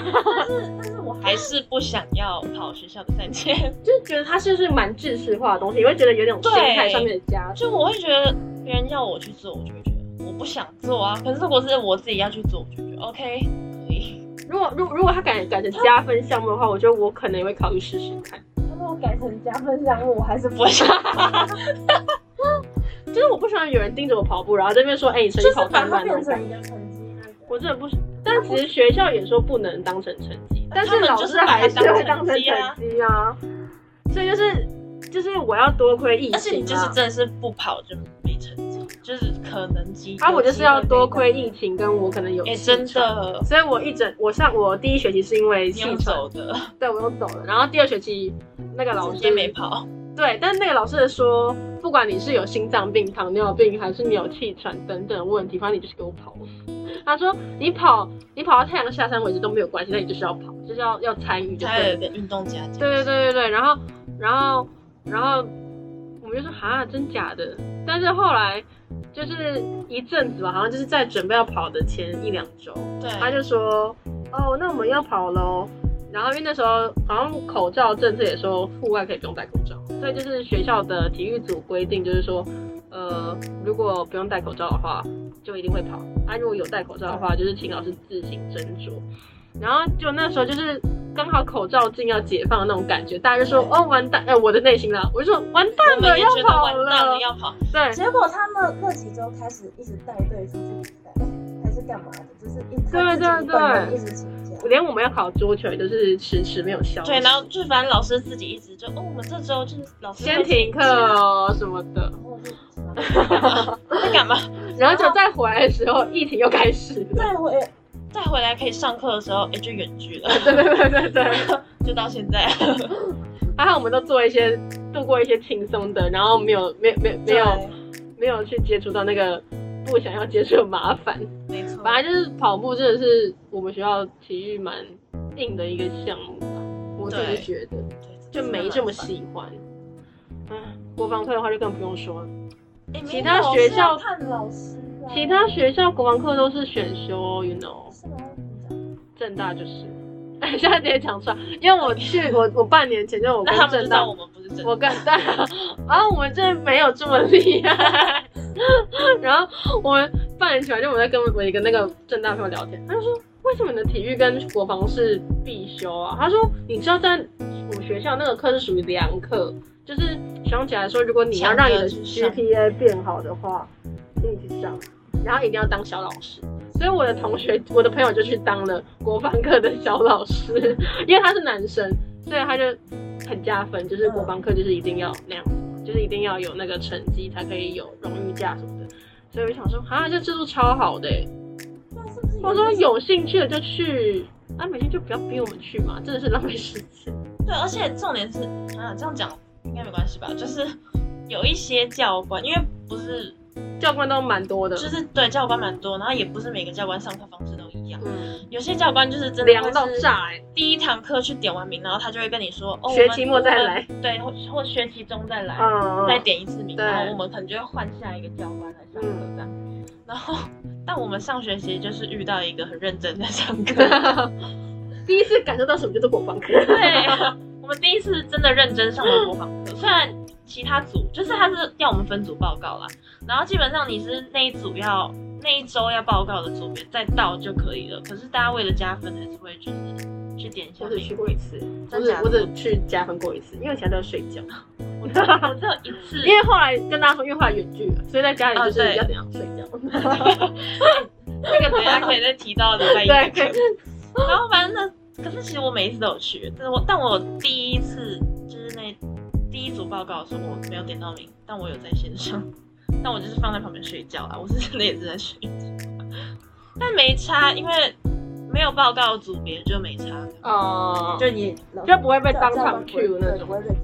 S2: 但是我还是不想要跑学校的三千，
S1: 就是 *laughs* 觉得它是不是蛮制式化的东西，你会觉得有点心态上面的加
S2: *laughs* 就我会觉得别人要我去做，我就会觉得我不想做啊。可是如果是我自己要去做，我就觉得 OK 可以。
S1: 如果如如果它改改成加分项目的话，我觉得我可能也会考虑试试看。
S3: 他说我改成加分项目，我还是不
S2: 我想，
S1: 就是我不喜欢有人盯着我跑步，然后在那边说：“哎、你成绩
S3: 就是
S1: 跑
S3: 把
S1: 三
S3: 它
S1: 万那
S3: 变
S1: 种感
S3: 成
S1: 觉。
S3: 一个成绩那个。
S1: 我真的不喜，但其实学校也说不能当成成绩，但
S2: 他
S1: 是
S2: 们
S1: 老
S2: 就是
S1: 师
S2: 把它
S1: 还是会当
S2: 当
S1: 成
S2: 成
S1: 成
S2: 绩啊
S1: 绩啊。所以就是就是我要多亏疫情、啊，
S2: 但是你就是真的是不跑就没成绩，就是可能机。
S1: 啊，我就是要多亏疫情，跟我可能有
S2: 哎、
S1: 气
S2: 真
S1: 喘
S2: 的
S1: 所以我一整我上我第一学期是因为气
S2: 用
S1: 喘，
S2: 走的，
S1: 对我又走了。然后第二学期那个老
S2: 直
S1: 师
S2: 接没跑。
S1: 对，但是那个老师说，不管你是有心脏病、糖尿病，还是你有气喘等等的问题，反正你就是给我跑。他说你跑你跑到太阳下山为止都没有关系，但你就是要跑，就是要要参与，就
S2: 他
S1: 对
S2: 有
S1: 了
S2: 一个运动家教，
S1: 对对对对对，然后然后然后我们就说哈，真假的？但是后来就是一阵子吧，好像就是在准备要跑的前一两周，
S2: 对，
S1: 他就说：“哦，那我们要跑喽。”然后因为那时候好像口罩政策也说户外可以不用戴口罩，所以就是学校的体育组规定就是说，呃，如果不用戴口罩的话，就一定会跑；啊，如果有戴口罩的话，就是请老师自行斟酌。然后就那时候就是刚好口罩禁要解放的那种感觉，大家就说：“哦，完蛋！”哎、我的内心啦，我就说：“完
S2: 我
S1: 蛋
S2: 们
S1: 了，
S2: 也
S1: 要
S2: 觉得
S1: 跑
S2: 完蛋
S1: 了
S2: 了，。要跑。”
S1: 对，
S3: 结果他那那几周开始一直带队出去比赛，还是干嘛的，就是一直
S1: 对对对
S3: 一直请假。
S1: 连我们要考桌球也都是迟迟没有消息。
S2: 对，然后就反正老师自己一直就，哦，我们这周就是老师
S1: 先停课
S2: 啊
S1: 哦什么的，
S3: 然后就
S2: 在干嘛？
S1: 然后就再回来的时候，疫情又开始了。
S3: 再回
S2: *laughs* 再回来可以上课的时候，哎，就远距了， *laughs*
S1: 对对对对对，
S2: 就到现在。
S1: 还好我们都做一些度过一些轻松的，然后没有没没没有没有去接触到那个不想要接触的麻烦。
S2: 没错，
S1: 反正就是跑步真的是我们学校体育蛮硬的一个项目吧，我自己
S2: 对
S1: 觉得
S2: 对
S1: 就没这么。喜欢。唉，国防课的话就更不用说了。
S2: 哎
S1: 其他学
S3: 没
S1: 校
S3: 有是要看老师啊，
S1: 其他学校国防课都是选修哦，you know。
S3: 是吗？
S1: 正大就是，现在直接讲出来，因为我去我我半年前就我
S2: 那
S1: 跟
S2: 他们就
S1: 正
S2: 知
S1: 大
S2: 道，我们不是真
S1: 我跟但啊我们这没有这么厉害，然后我们半年前就我在跟我一个那个正大朋友聊天，他就说为什么你的体育跟国防是必修啊？他说你知道在我们学校那个课是属于良课，就是相起来说，如果你要让你的 GPA 变好的话，你去上，然后一定要当小老师。所以我的同学，我的朋友就去当了国防课的小老师， *laughs* 因为他是男生，所以他就很加分，就是国防课就是一定要那样子，就是一定要有那个成绩才可以有荣誉假什么的。所以我想说，啊，这制度超好的、欸，
S3: 那是不是
S1: 我说有兴趣的就去，啊，每天就不要逼我们去嘛，真的是浪费时间。
S2: 对，而且重点是啊，这样讲应该没关系吧？就是有一些教官，因为不是
S1: 教官都蛮多的，
S2: 就是对教官蛮多，然后也不是每个教官上课方式都一样，
S1: 嗯，
S2: 有些教官就是真的
S1: 凉到
S2: 会是
S1: 炸、欸，
S2: 第一堂课去点完名，然后他就会跟你说，哦，
S1: 学期末再来，
S2: 我们对，或或学期中再来，
S1: 嗯，
S2: 再点一次名，
S1: 对嗯
S2: 然后我们可能就会换下一个教官来上课这样。然后，但我们上学期就是遇到一个很认真在上课，
S1: *laughs* *laughs* 第一次感受到什么叫做国防课，
S2: 对，我们第一次真的认真上了模仿课，虽然其他组就是他是要我们分组报告啦，然后基本上你是那一组要那一周要报告的组别再到就可以了，可是大家为了加分还是会就是去点一下
S1: 我只
S2: 名
S1: 去。过一次，我
S2: 真
S1: 只
S2: 假的
S1: 我只去加分过一次，因为其他都在睡觉。
S2: 我只我只有一
S1: *laughs*
S2: 次，
S1: 因为后来跟大家说，因为后来远距了，所以在家里就
S2: 哦
S1: 是
S2: 对
S1: 要怎样睡觉。
S2: 这个等一下可以再提到礼
S1: 哎
S2: 拜一的课
S1: 对，
S2: 然后反正那可是其实我每一次都有去，但是我但我第一次就是那第一组报告的时候我没有点到名，但我有在线上，但我就是放在旁边睡觉啊，我是真的也是在睡觉，但没差，因为没有报告组别就没差，
S1: 哦就
S3: 就你
S1: 就不会被当场 Q 那
S3: 不会
S1: 种。
S3: 被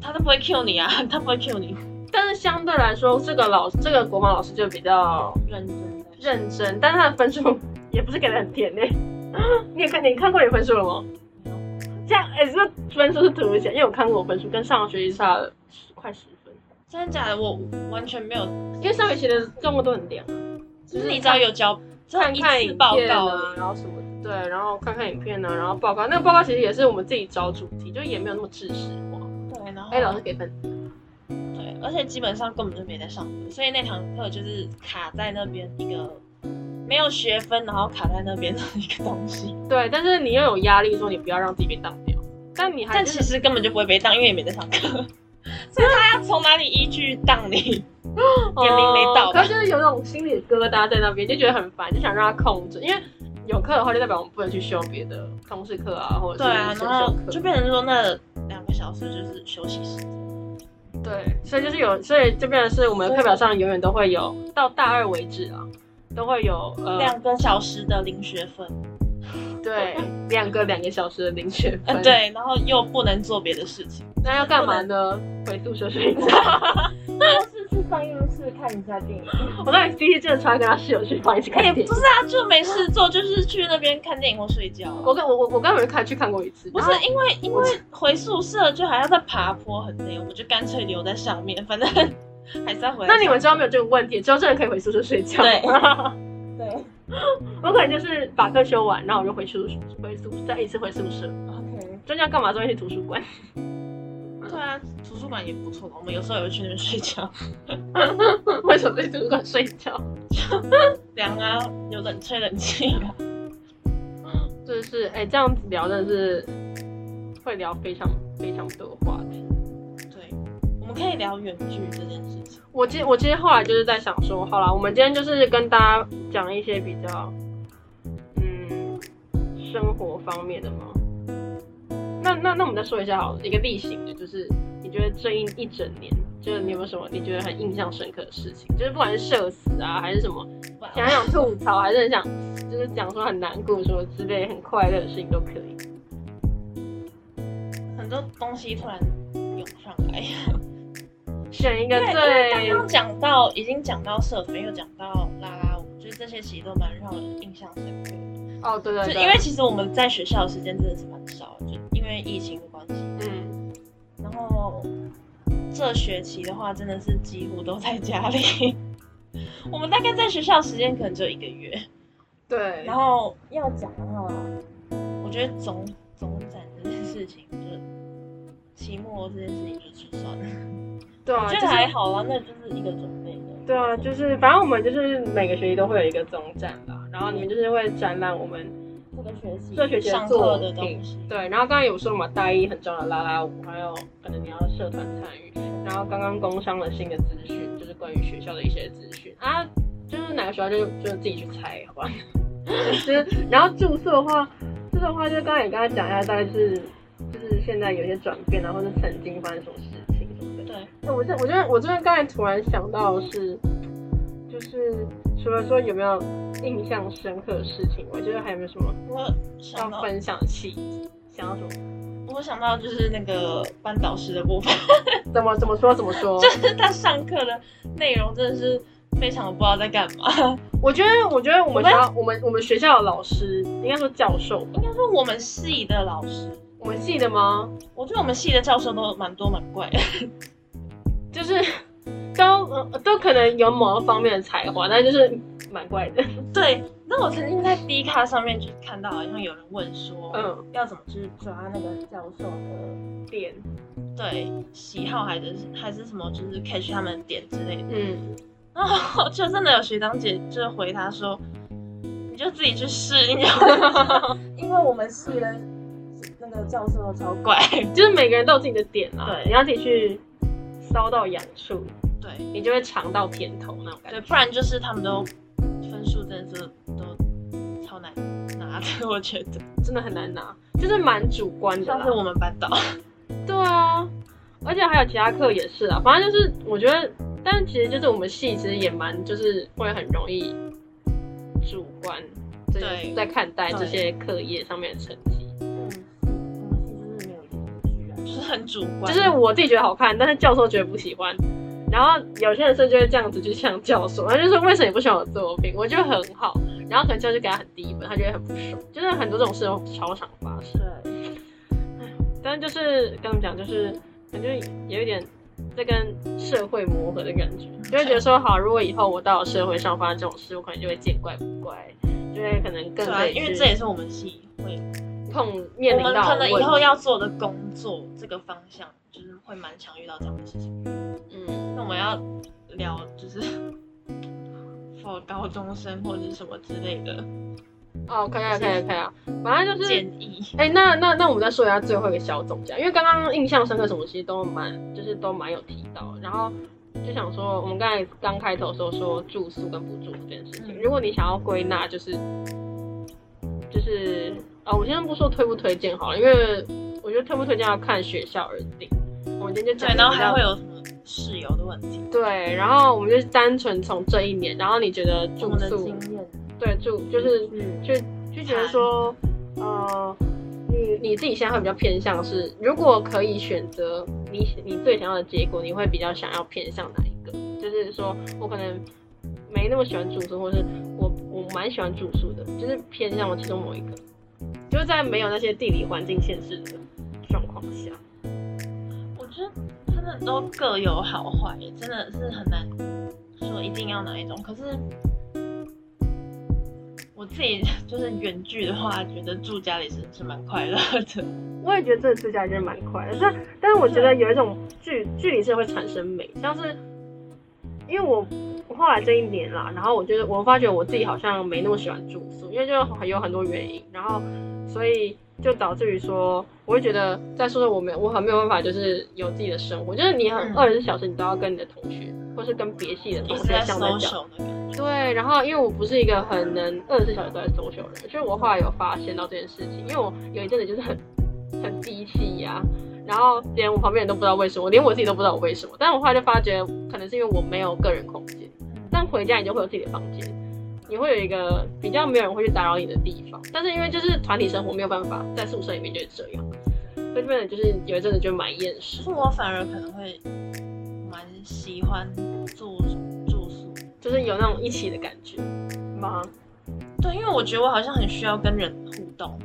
S2: 他都不会 Q 你啊， *laughs* 他不会 Q 你，
S1: 但是相对来说，这个老这个国防老师就比较
S2: 认真在睡
S1: 认真，但是他的分数也不是给的很甜呢、 *laughs* 你有看你看过你的分数了吗？这样哎、这个分数是突如其来，因为我看过我分数跟上个学期差了十快十分，
S2: 真的假的？我完全没有，
S1: 因为上学期的状况都很凉，啊
S2: 就是你只要有交，只要
S1: 看
S2: 一
S1: 看
S2: 次
S1: 影
S2: 报
S1: 片
S2: 告而已
S1: 啊，然后什么的，对，然后看看影片啊，然后报告。那个报告其实也是我们自己找主题，就也没有那么知识化。
S2: 对，然后
S1: 哎、老师给分，
S2: 对，而且基本上根本就没在上课，所以那堂课就是卡在那边一个没有学分，然后卡在那边的一个东西。
S1: 对，但是你又有压力，说你不要让自己被当掉，但你还
S2: 但
S1: 啊是
S2: 其实根本就不会被当，因为也没在上课，所以他要从哪里依据当你？点名没到
S1: 哦
S2: 吧
S1: 可是就是有种心里疙瘩在那边，就觉得很烦，就想让它控制，因为有课的话就代表我们不能去修别的通识课啊，或者
S2: 对
S1: 是
S2: 啊，
S1: 选
S2: 然后
S1: 修课。
S2: 就变成说那两个小时就是休息时间。
S1: 对，所以就是有，所以就变成是我们的课表上永远都会有，到大二为止啊，都会有呃
S2: 两个小时的零学分，
S1: 对，两个两个小时的零学分。
S2: 呃，，对，然后又不能做别的事情，
S1: 那要干嘛呢？回宿舍睡觉。 *laughs*
S3: 是去放映室看一下电影，
S1: 我到底第一阵穿跟他室友去放一起看
S2: 哎、
S1: 电
S2: 不
S1: 影。
S2: 是啊，就没事做，就是去那边看电影或睡觉啊、
S1: 我跟我我我跟我们看去看过一次，啊
S2: 不是因为因为回宿舍就还要再爬坡，很累，我们就干脆留在上面，反正还是要回来上面。
S1: 那你们知道没有这个问题？之后真的可以回宿舍睡觉。
S2: 对
S3: 对
S1: *laughs* 我可能就是把课修完，然后我就回宿回宿再一次回宿舍。
S3: ，OK，
S1: 中间要干嘛？中间去图书馆。 *laughs*
S2: 对啊，图书馆也不错，我们有时候也会去那边睡觉，
S1: 为什么在图书馆睡觉？
S2: 凉啊，有冷吹冷气啊。
S1: 就是哎、这样子聊真的是会聊非常非常多的话题。
S2: 对，我们可以聊远距这件事情。
S1: 我其实我其实后来就是在想说，好啦，我们今天就是跟大家讲一些比较，嗯，生活方面的嘛。那那那我们再说一下好了，一个例行的，就是你觉得这一一整年，就是你有没有什么你觉得很印象深刻的事情？就是不管是社死啊，还是什么，
S2: 哇
S1: 想想吐槽，还是很想就是讲说很难过，说之类很快乐的事情都可以。
S2: 很多东西突然涌上来。
S1: 选一个
S2: 对，因为刚
S1: 最
S2: 刚讲到已经讲到社团，又讲到啦啦舞，就是这些其实都蛮让人印象深刻的。
S1: 哦，对对
S2: 就
S1: 对，
S2: 因为其实我们在学校的时间真的是蛮少的，就因为疫情的关系。
S1: 嗯，
S2: 然后这学期的话，真的是几乎都在家里。 *laughs* 我们大概在学校时间可能只有一个月，
S1: 对，
S2: 然后
S3: 要讲的话，
S2: 我觉得总总展这件事情，就是期末这件事情就是算了，
S1: 对啊，
S2: 我
S1: 就
S2: 觉
S1: 是
S2: 得还好啦，那就是一个准备的。
S1: 对啊，就是反正我们就是每个学期都会有一个总展啦，然后你们就是会展览我们
S3: 这
S2: 个学期
S1: 这学期的
S2: 上
S1: 作
S2: 课的东
S1: 品
S2: 西，
S1: 对，然后刚刚有说嘛，大一很重要的啦啦舞，还有可能你要社团参与，然后刚刚工商了新的资讯，就是关于学校的一些资讯啊，就是哪个学校就就自己去猜，好吧？ *laughs* 就是然后住宿的话，住宿的话就刚才也跟他讲一下，大概是就是现在有些转变啊，或者曾经发生什么事情什么的。
S2: 对，
S1: 那我这我觉得我这边刚才突然想到的是，就是除了说有没有印象深刻的事情，我觉得还有没有什么
S2: 我
S1: 要
S2: 想到
S1: 分享的契机？想要什么？
S2: 我想到就是那个班导师的部分，
S1: 怎么怎么说怎么 *laughs* 说？
S2: 就是他上课的内容真的是非常不知道在干嘛。
S1: 我觉得我觉得我
S2: 我
S1: 们
S2: 们
S1: 学校我们我们学校的老师应该说教授吧，
S2: 应该说我们系的老师，
S1: 我们系的吗？
S2: 我觉得我们系的教授都蛮多蛮怪的。 *laughs*
S1: 就是都呃都可能有某一方面的才华，但就是蛮怪的。
S2: 对，那我曾经在 D 卡上面就看到，好像有人问说，
S1: 嗯，
S2: 要怎么去抓那个教授的
S1: 点
S2: 对喜好，还是还是什么，就是 catch 他们的点之类的。
S1: 嗯，
S2: 然后就真的有学长姐就回他说，你就自己去试，你就会知道
S3: *laughs* 因为我们系的那个教授超怪，
S2: 怪。
S1: 就是每个人都有自己的点啊，
S2: 对
S1: 你要自己去骚到痒处，
S2: 对
S1: 你就会尝到甜头那种感
S2: 对，
S1: 觉。
S2: 不然就是他们都分数真的是都超难拿的， *laughs* 我觉得。
S1: 真的很难拿，就是啊蛮主观的
S2: 上次
S1: 啦。
S2: 我们班导，
S1: 对啊，而且还有其他课也是啊，反正就是我觉得，但其实就是我们系其实也蛮就是会很容易主观，这
S2: 对
S1: 在看待这
S2: 对
S1: 些课业上面的成绩。
S3: 嗯，我们系就是没有进去啊。
S2: 就是很主观，
S1: 就是我自己觉得好看，但是教授觉得不喜欢。然后有些人甚至会这样子去呛教授，然后就说为什么你不喜欢我的作品？我觉得很好，然后可能教授就给他很低分，他觉得很不爽。就是很多这种事都超常发生，
S3: 对，
S1: 但是就是跟他们讲，就是感觉有一点在跟社会磨合的感觉，就会觉得说好，如果以后我到了社会上发生这种事，我可能就会见怪不怪，就会可能更
S2: 对啊，
S1: 可以
S2: 因为
S1: 去
S2: 这也是我们系会，
S1: 碰面
S2: 我
S1: 临到
S2: 们
S1: 的
S2: 可能以
S1: 问
S2: 后
S1: 题
S2: 要做的工作这个方向，就是会蛮常遇到这样的事情。
S1: 嗯
S2: 那我们要聊就是 *laughs* for 高中生或者是什么之类的
S1: 哦，可以啊可以啊可以啊，反正就是
S2: 建议，
S1: 哎、那那那我们再说一下最后一个小总结，啊因为刚刚印象深刻什么其实都蛮，就是都蛮有提到的。然后就想说，我们刚才刚开头的时候说住宿跟不住宿这件事情，
S2: 嗯
S1: 如果你想要归纳，就是就是啊、我先不说推不推荐好了，因为我觉得推不推荐要看学校而定。我们今天就
S2: 对
S1: 讲，
S2: 然后
S1: 比较
S2: 还会有什么室友的问题，
S1: 对，然后我们就单纯从这一年，然后你觉得
S2: 我
S1: 住
S2: 们的
S1: 宿
S2: 经验，
S1: 对住就是
S3: 嗯，
S1: 就就觉得说，呃，你你自己现在会比较偏向是，如果可以选择你你最想要的结果，你会比较想要偏向哪一个？就是说我可能没那么喜欢住宿，或是我我蛮喜欢住宿的，就是偏向我其中某一个，就是在没有那些地理环境限制的状况下，
S2: 我觉得真的都各有好坏，真的是很难说一定要哪一种。可是我自己 *laughs* 就是远距的话，觉得住家里是是蛮快乐的。
S1: 我也觉得这次家真的蛮快的，但但是我觉得有一种距距离是会产生美，像是因为我我后来这一年啦，然后我觉得我发觉我自己好像没那么喜欢住宿，因为就有很多原因，然后所以就导致于说，我会觉得在宿舍我没有我很没有办法，就是有自己的生活，就是你很
S2: 嗯
S1: 二十四小时你都要跟你的同学或是跟别系的同
S2: 一直
S1: 学
S2: 在
S1: 相在讲。
S2: social 的感觉，
S1: 对，然后因为我不是一个很能二十四小时都在 social 的人，所以我后来有发现到这件事情，因为我有一阵子就是很很低气呀、然后连我旁边人都不知道为什么，连我自己都不知道我为什么。但我后来就发觉，可能是因为我没有个人空间，但回家你就会有自己的房间，你会有一个比较没有人会去打扰你的地方。但是因为就是团体生活没有办法在宿舍里面就是这样，所以变得就是有一阵子就蛮厌世
S2: 可是，我反而可能会蛮喜欢住住宿，
S1: 就是有那种一起的感觉吗？
S2: 对，因为我觉得我好像很需要跟人互动，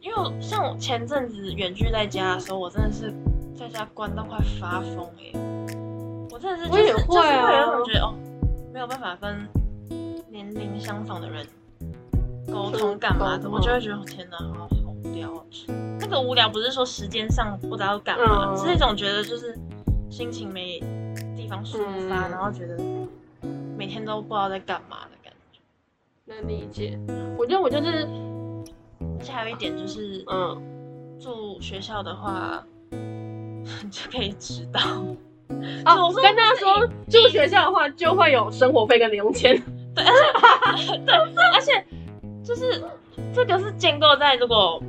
S2: 因为我像我前阵子远距在家的时候，我真的是在家关到快发疯哎、我真的是就
S1: 我也
S2: 是
S1: 会啊
S2: 就是会有一种觉得哦，没有办法跟年龄相仿的人沟通干嘛
S1: 沟
S2: 的，
S1: 通
S2: 我就会觉得哦天哪，好好无聊哦。那个无聊不是说时间上不知道干嘛，
S1: 嗯
S2: 是一种觉得就是心情没地方抒发，
S1: 嗯
S2: 然后觉得每天都不知道在干嘛的感觉。
S1: 能理解。我觉得我就是
S2: 且还有一点就是，
S1: 嗯，
S2: 住学校的话， *laughs* 你就可以知道。
S1: 哦，
S2: 说
S1: 跟大家说，住学校的话就会有生活费跟零用
S2: *laughs*
S1: 钱，
S2: 而且就是这个是建构在如果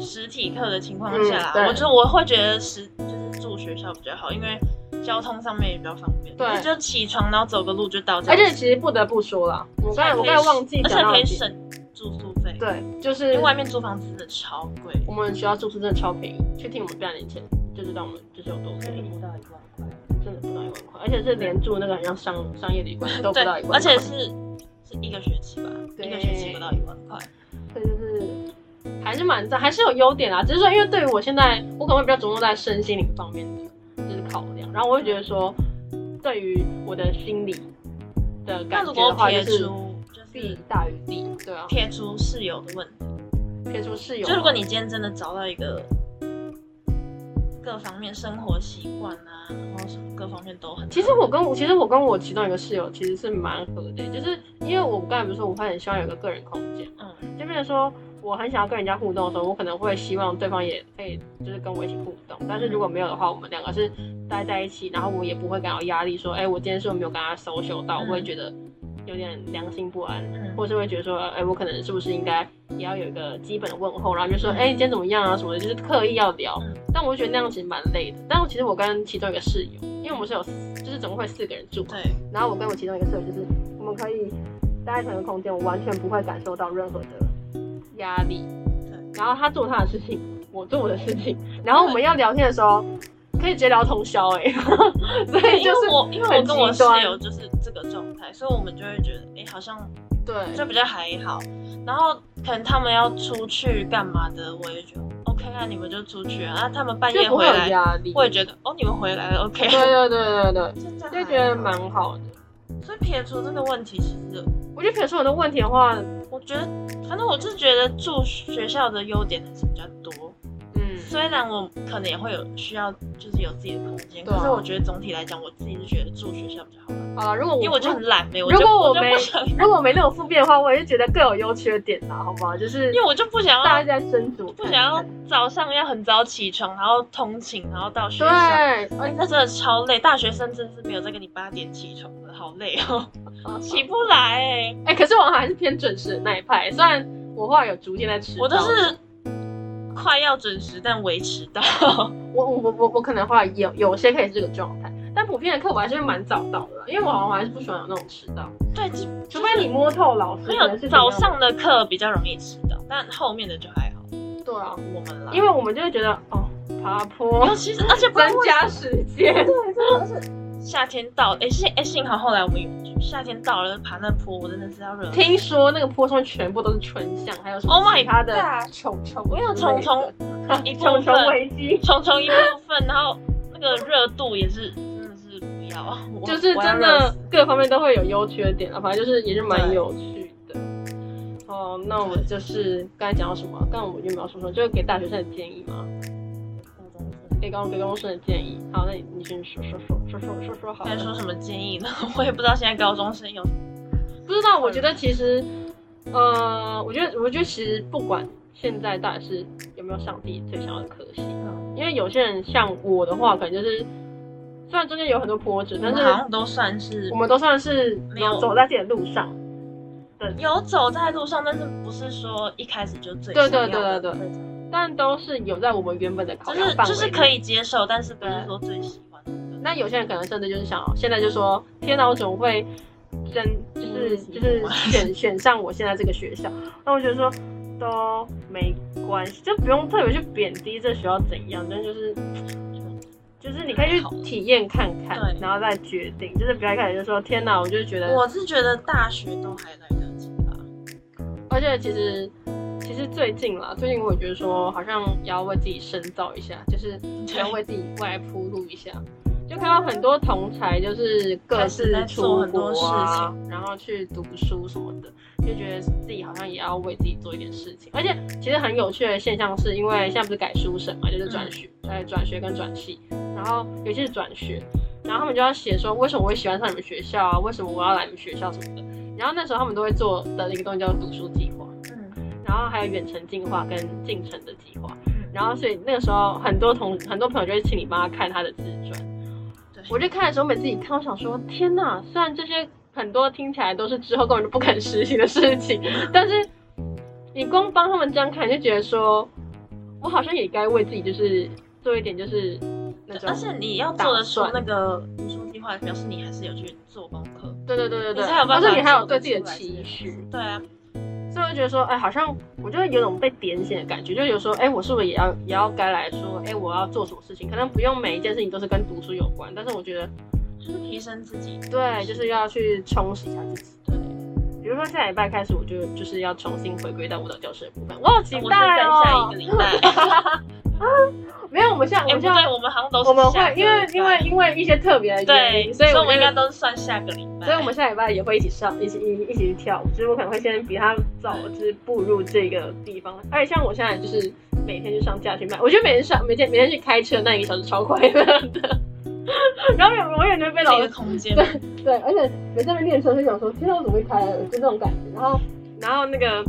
S2: 实体课的情况
S1: 嗯
S2: 下，
S1: 对
S2: 我觉得我会觉得实就是住学校比较好，因为交通上面也比较方便。
S1: 对
S2: 就起床然后走个路就到家，
S1: 而且其实不得不说啦，我刚才我刚才忘记
S2: 而
S1: 讲
S2: 且
S1: 到
S2: 可
S1: 一
S2: 以
S1: 点，
S2: 省住宿费。，
S1: 对，就
S2: 因
S1: 是
S2: 为外面租房子真的超贵，
S1: 我们学校住宿真的超便宜，去听我们半年前就知道我们就是有多便宜，
S3: 到一万块。
S1: 真的不到一万块，而且是连住那个很像商商业旅馆都不
S2: 对
S1: 到一万，块，
S2: 而且是是一个学期吧，
S1: 对
S2: 一个学期不到一万块。
S1: 对，就是还是蛮赞，还是有优点啊啦。只是说，因为对于我现在，我可能会比较着重在身心灵方面的就是考量，然后我会觉得说，对于我的心理的
S2: 那
S1: 感
S2: 如
S1: 觉
S2: 果
S1: 的话，
S2: 撇
S1: 就是
S2: 除就是
S1: 弊大于利，对啊，
S2: 撇除室友的问题。
S1: 撇除室友啊，
S2: 就如果你今天真的找到一个各方面生活习惯啊，然后什么各方面都很，
S1: 其实我跟我其实我跟我其中一个室友其实是蛮合的，就是因为我刚才不是说我会很希望有个个人空间，
S2: 嗯
S1: 就变成说我很想要跟人家互动的时候，我可能会希望对方也可以就是跟我一起互动。但是如果没有的话，我们两个是待在一起，然后我也不会感到压力，说，哎、我今天是不是没有跟他 social 到，我
S2: 嗯
S1: 会觉得有点良心不安， *laughs*
S2: 嗯，
S1: 或是会觉得说，哎、我可能是不是应该也要有一个基本的问候，然后就说，哎、你今天怎么样啊什么的，就是刻意要聊
S2: 嗯。
S1: 但我就觉得那样其实蛮累的。但我其实我跟其中一个室友，因为我们是有四就是总共会四个人住嘛，
S2: 对，
S1: 然后我跟我其中一个室友就是，我们可以待在同一个空间，我完全不会感受到任何的压力。然后他做他的事情，我做我的事情，然后我们要聊天的时候，可以直接聊通宵哎、欸， *laughs* 所以
S2: 因
S1: 就
S2: 为
S1: 是
S2: 我因为我跟我
S1: 很极
S2: 室
S1: 端
S2: 友就是这个状态，所以我们就会觉得，哎、好像
S1: 对
S2: 就比较还好。然后可能他们要出去干嘛的，我也觉得 OK 啊，你们就出去啊。啊他们半夜
S1: 就不
S2: 回
S1: 会有
S2: 来，
S1: 压力。
S2: 我也觉得哦，你们回来了 OK， *laughs*
S1: 对对对对对，
S2: 就这样
S1: 就觉得
S2: 还好
S1: 蛮好的。
S2: 所以撇除这个问题，其实
S1: 我觉得撇除我的问题的话，
S2: 我觉得，反正我是觉得住学校的优点还是比较多。
S1: 嗯，
S2: 虽然我可能也会有需要，就是有自己的空间，
S1: 对啊
S2: 可是我觉得总体来讲，我自己是觉得住学校比较好玩，
S1: 好了，如果我
S2: 因为我就很懒呗，我
S1: 如
S2: 就
S1: 果我
S2: 我就
S1: 没 *laughs*
S2: 不想，
S1: 如果没那种负面的话，我也觉得各有优缺点啦，好不好？就是
S2: 因为我就不想
S1: 大家
S2: 要
S1: 在斟酌看看，
S2: 不想要早上要很早起床，然后通勤，然后到学
S1: 对，
S2: 校。
S1: 而
S2: 哎，那真的超累，大学生真是没有在跟你八点起床的，好累哦，
S1: 啊
S2: 起不来哎、
S1: 哎、可是我还是偏准时的那一派，虽然我后来有逐渐在迟到，
S2: 我都是快要准时，但维持到。 *laughs*
S1: 我我我我我可能后来有有些可以是这个状态，但普遍的课我还是会蛮早到的啦，因为我好像还是不喜欢有那种迟到，
S2: 对，就
S1: 除非你摸透老师，
S2: 没
S1: 可能是
S2: 有早上的课比较容易迟到，但后面的就还好。
S1: 怎么样对啊，
S2: 我们啦，
S1: 因为我们就会觉得哦爬坡
S2: 尤其是而且不然
S1: 增加时间，
S3: 对，真的，而且
S2: 夏天到，哎、幸哎、幸好后来我们有去夏天到了爬那坡，我真的是要热。
S1: 听说那个坡上面全部都是春象，还有什么
S2: Oh my
S1: 其他的
S3: god
S1: 虫虫，
S2: 我有虫虫
S1: *laughs*
S2: *laughs* 一部
S1: 虫
S2: 分
S1: 虫危机。
S2: 虫虫一部分，然后那个热度也是真的是不要，我
S1: 就是
S2: 我要
S1: 真
S2: 热
S1: 的
S2: 死
S1: 各方面都会有优缺点啊，反正就是也是蛮有趣的。哦，那我们就是刚才讲到什么？刚刚我们就没有说说，就是给大学生的建议嘛，
S3: 什么东西？
S1: 给高给高中生的建议。好，那你你先说说说说说说说好
S2: 该说
S1: 了。
S2: 什么建议呢？我也不知道现在高中生有
S1: 不知道，我
S2: 嗯
S1: 觉得其实，呃，我觉得我觉得其实不管现在到底是有没有上帝最想要的科系，
S2: 嗯
S1: 因为有些人像我的话，可能就是虽然中间有很多波折，
S2: 我
S1: 但
S2: 们
S1: 是
S2: 嗯好像都算是
S1: 我们都算是
S2: 没有
S1: 走在自己的路上。
S2: 有走在路上，但是不是说一开始就最
S1: 对
S2: 想
S1: 对
S2: 要
S1: 对对
S2: 的
S1: 对，但都是有在我们原本的考
S2: 就
S1: 量
S2: 是
S1: 范围
S2: 就
S1: 内。
S2: 是可以接受，但是不
S1: 对
S2: 是说最喜欢的。
S1: 那有些人可能甚至就是想，现在就说，天哪，我怎么会真就是就是选选上我现在这个学校？那我觉得说都没关系，就不用特别去贬低这学校怎样，但就是。就是你可以去体验看看
S2: 对，
S1: 然后再决定。就是不要一开始就说天哪，我就觉得
S2: 我是觉得大学都还来得及吧。
S1: 而且其实其实最近啦，最近我也觉得说，好像也要为自己深造一下，就是也要为自己未来铺路一下。就看到很多同才就是各自出
S2: 开始在做很多
S1: 国
S2: 事
S1: 啊
S2: 情，
S1: 然后去读书什么的，就觉得自己好像也要为自己做一点事情。而且其实很有趣的现象是，因为现在不是改书审嘛，就是转学，呃、转学跟转系，然后尤其是转学，然后他们就要写说为什么我会喜欢上你们学校啊，为什么我要来你们学校什么的。然后那时候他们都会做的一个东西叫读书计划。
S2: 嗯，
S1: 然后还有远程进化跟近程的计划，然后所以那个时候很多同很多朋友就会请你帮他看他的自传，
S2: 对，
S1: 我就看的时候每次一看，我想说天哪，虽然这些很多听起来都是之后根本就不肯实行的事情，但是你光帮他们这样看，你就觉得说，我好像也该为自己就是做一点就是那
S2: 对
S1: 种，
S2: 而且你要做得出那个读书计划，表示你还是有去做功课，
S1: 对对对对对，
S2: 你才有办
S1: 而
S2: 法
S1: 且你还有
S2: 做
S1: 对
S2: 得
S1: 自己的
S2: 出来这
S1: 期
S2: 件
S1: 许，
S2: 对啊，
S1: 所以我就觉得说，哎、好像我就会有种被点醒的感觉，就有时候，哎、我是不是也要也要该来说，哎、我要做什么事情？可能不用每一件事情都是跟读书有关，但是我觉得，
S2: 就是提升自己，
S1: 对，就是要去充实一下自己。
S2: 对，
S1: 比如说下礼拜开始，我就就是要重新回归到舞蹈教室的部分，我好期
S2: 我是
S1: 待
S2: 在下
S1: 哦
S2: 一个！礼拜，
S1: 没有，我们现在 *laughs* 我
S2: 哎，
S1: 们
S2: 不
S1: 现
S2: 对，
S1: 在
S2: 我们好像都是
S1: 我们
S2: 下
S1: 会
S2: 个
S1: 因为
S2: 礼
S1: 因
S2: 拜
S1: 为因为一些特别的原
S2: 对，
S1: 因，所以
S2: 我
S1: 们
S2: 们应该都是算下个礼拜，
S1: 所以我们下礼拜也会一起上，一起一一起去跳舞。就是我可能会先比他早，就是步入这个地方。而且像我现在就是每天去上架去卖，我觉得每天上每天每天去开车那一个小时超快乐的。 *laughs* 然后有我也能被
S2: 这
S1: 老
S2: 个
S1: 师
S2: 空间
S1: 对对，而且每次在那边练车就想说，天啊，我怎么会开啊？就这种感觉。然后然后那个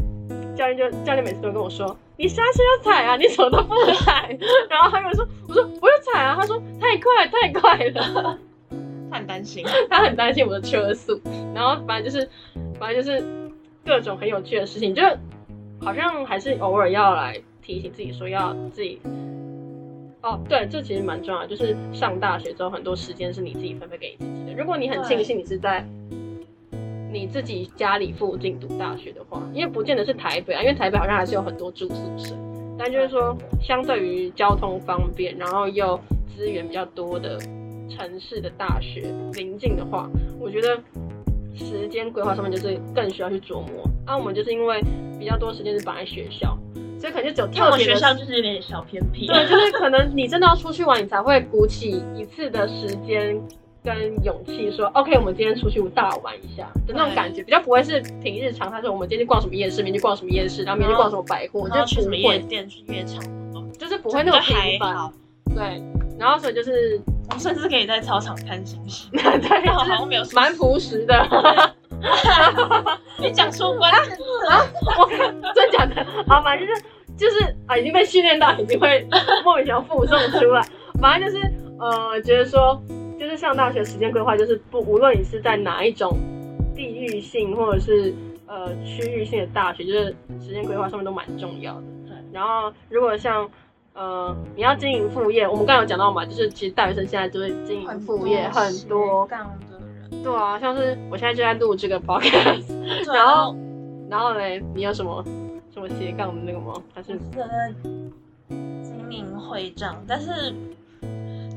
S1: 教练就教练每次都跟我说，你刹车要踩啊，你怎么都不踩？ *laughs* 然后他就说，我说我有踩啊，他说太快太快了。
S2: 他很担心，
S1: *laughs* 他很担心我的车速，然后反正就是，反正就是各种很有趣的事情，就是好像还是偶尔要来提醒自己说要自己。哦，对，这其实蛮重要的，就是上大学之后，很多时间是你自己分配给你自己的。如果你很庆幸你是在你自己家里附近读大学的话，因为不见得是台北啊，因为台北好像还是有很多住宿生。但就是说，相对于交通方便，然后又资源比较多的城市的大学临近的话，我觉得时间规划上面就是更需要去琢磨。那、我们就是因为比较多时间是绑在学校，所以可能就只有
S2: 因为
S1: 特
S2: 我
S1: 别
S2: 学
S1: 的
S2: 校就是有点小偏僻，
S1: 对，就是可能你真的要出去玩，你才会鼓起一次的时间跟勇气说，OK，我们今天出去大玩一下的那种感觉，比较不会是平日常态说我们今天去逛什么夜市，明天去逛什么夜市，然后明天去逛什么百货，
S2: 然后
S1: 就
S2: 去
S1: 不
S2: 什么夜
S1: 会，
S2: 店、去夜场都
S1: 就是不会那么
S2: 就还
S1: 频繁。
S2: 好。
S1: 对，然后所以就是，
S2: 我们甚至可以在操场看星星
S1: 对，
S2: 好
S1: 就是
S2: 像没有 *laughs* 什么
S1: 蛮朴实的。
S2: 你讲出关键字了，
S1: 我 *laughs* 真假的，好，反正就是就是啊，已经被训练到已经 *laughs* 会莫名其妙附送出来。反正就是呃，觉得说就是上大学时间规划，就是不无论你是在哪一种地域性或者是呃区域性的大学，就是时间规划上面都蛮重要的。
S2: 对
S1: 然后如果像呃你要经营副业，我们刚刚有讲到嘛，就是其实大学生现在就是经营副业很多，
S2: 杠的人，
S1: 对啊，像是我现在就在录这个 podcast。
S2: 对
S1: 然后然后嘞，你有什么什么斜杠的那个吗？还
S2: 就是是在经营会账，但是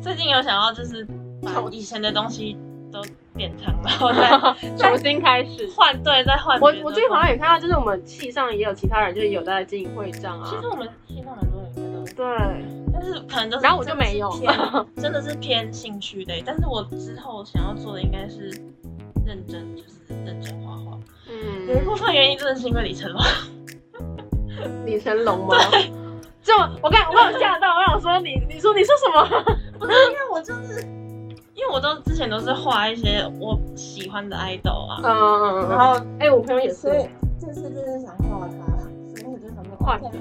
S2: 最近有想要就是把以前的东西都典藏，然后再
S1: 重新开始？
S2: 换对，再换
S1: 嗯
S2: 别
S1: 我
S2: 的东西。
S1: 我最近好像也看到，就是我们系上也有其他人，就是有在经营会账啊
S2: 其。实我们系上蛮多人应该都有，
S1: 对，
S2: 但是可能都是
S1: 然后我就没有
S2: 真的是偏真的是偏兴趣类。但是我之后想要做的应该是认真，就是认真画画。有一部
S1: 嗯，
S2: 分原因真的是因为李晨
S3: *laughs*
S2: 画，
S1: 李成龙吗？ *laughs* 就我刚我刚有吓到，我想说你你说你说什么？
S2: 不是因为我就是因为我都之前都是画一些我喜欢的 idol 啊，
S1: 嗯，
S2: 然后
S1: 哎，我朋友也是
S3: 呃所，以这次就是想画他，所以我就想说
S1: 画
S3: OK，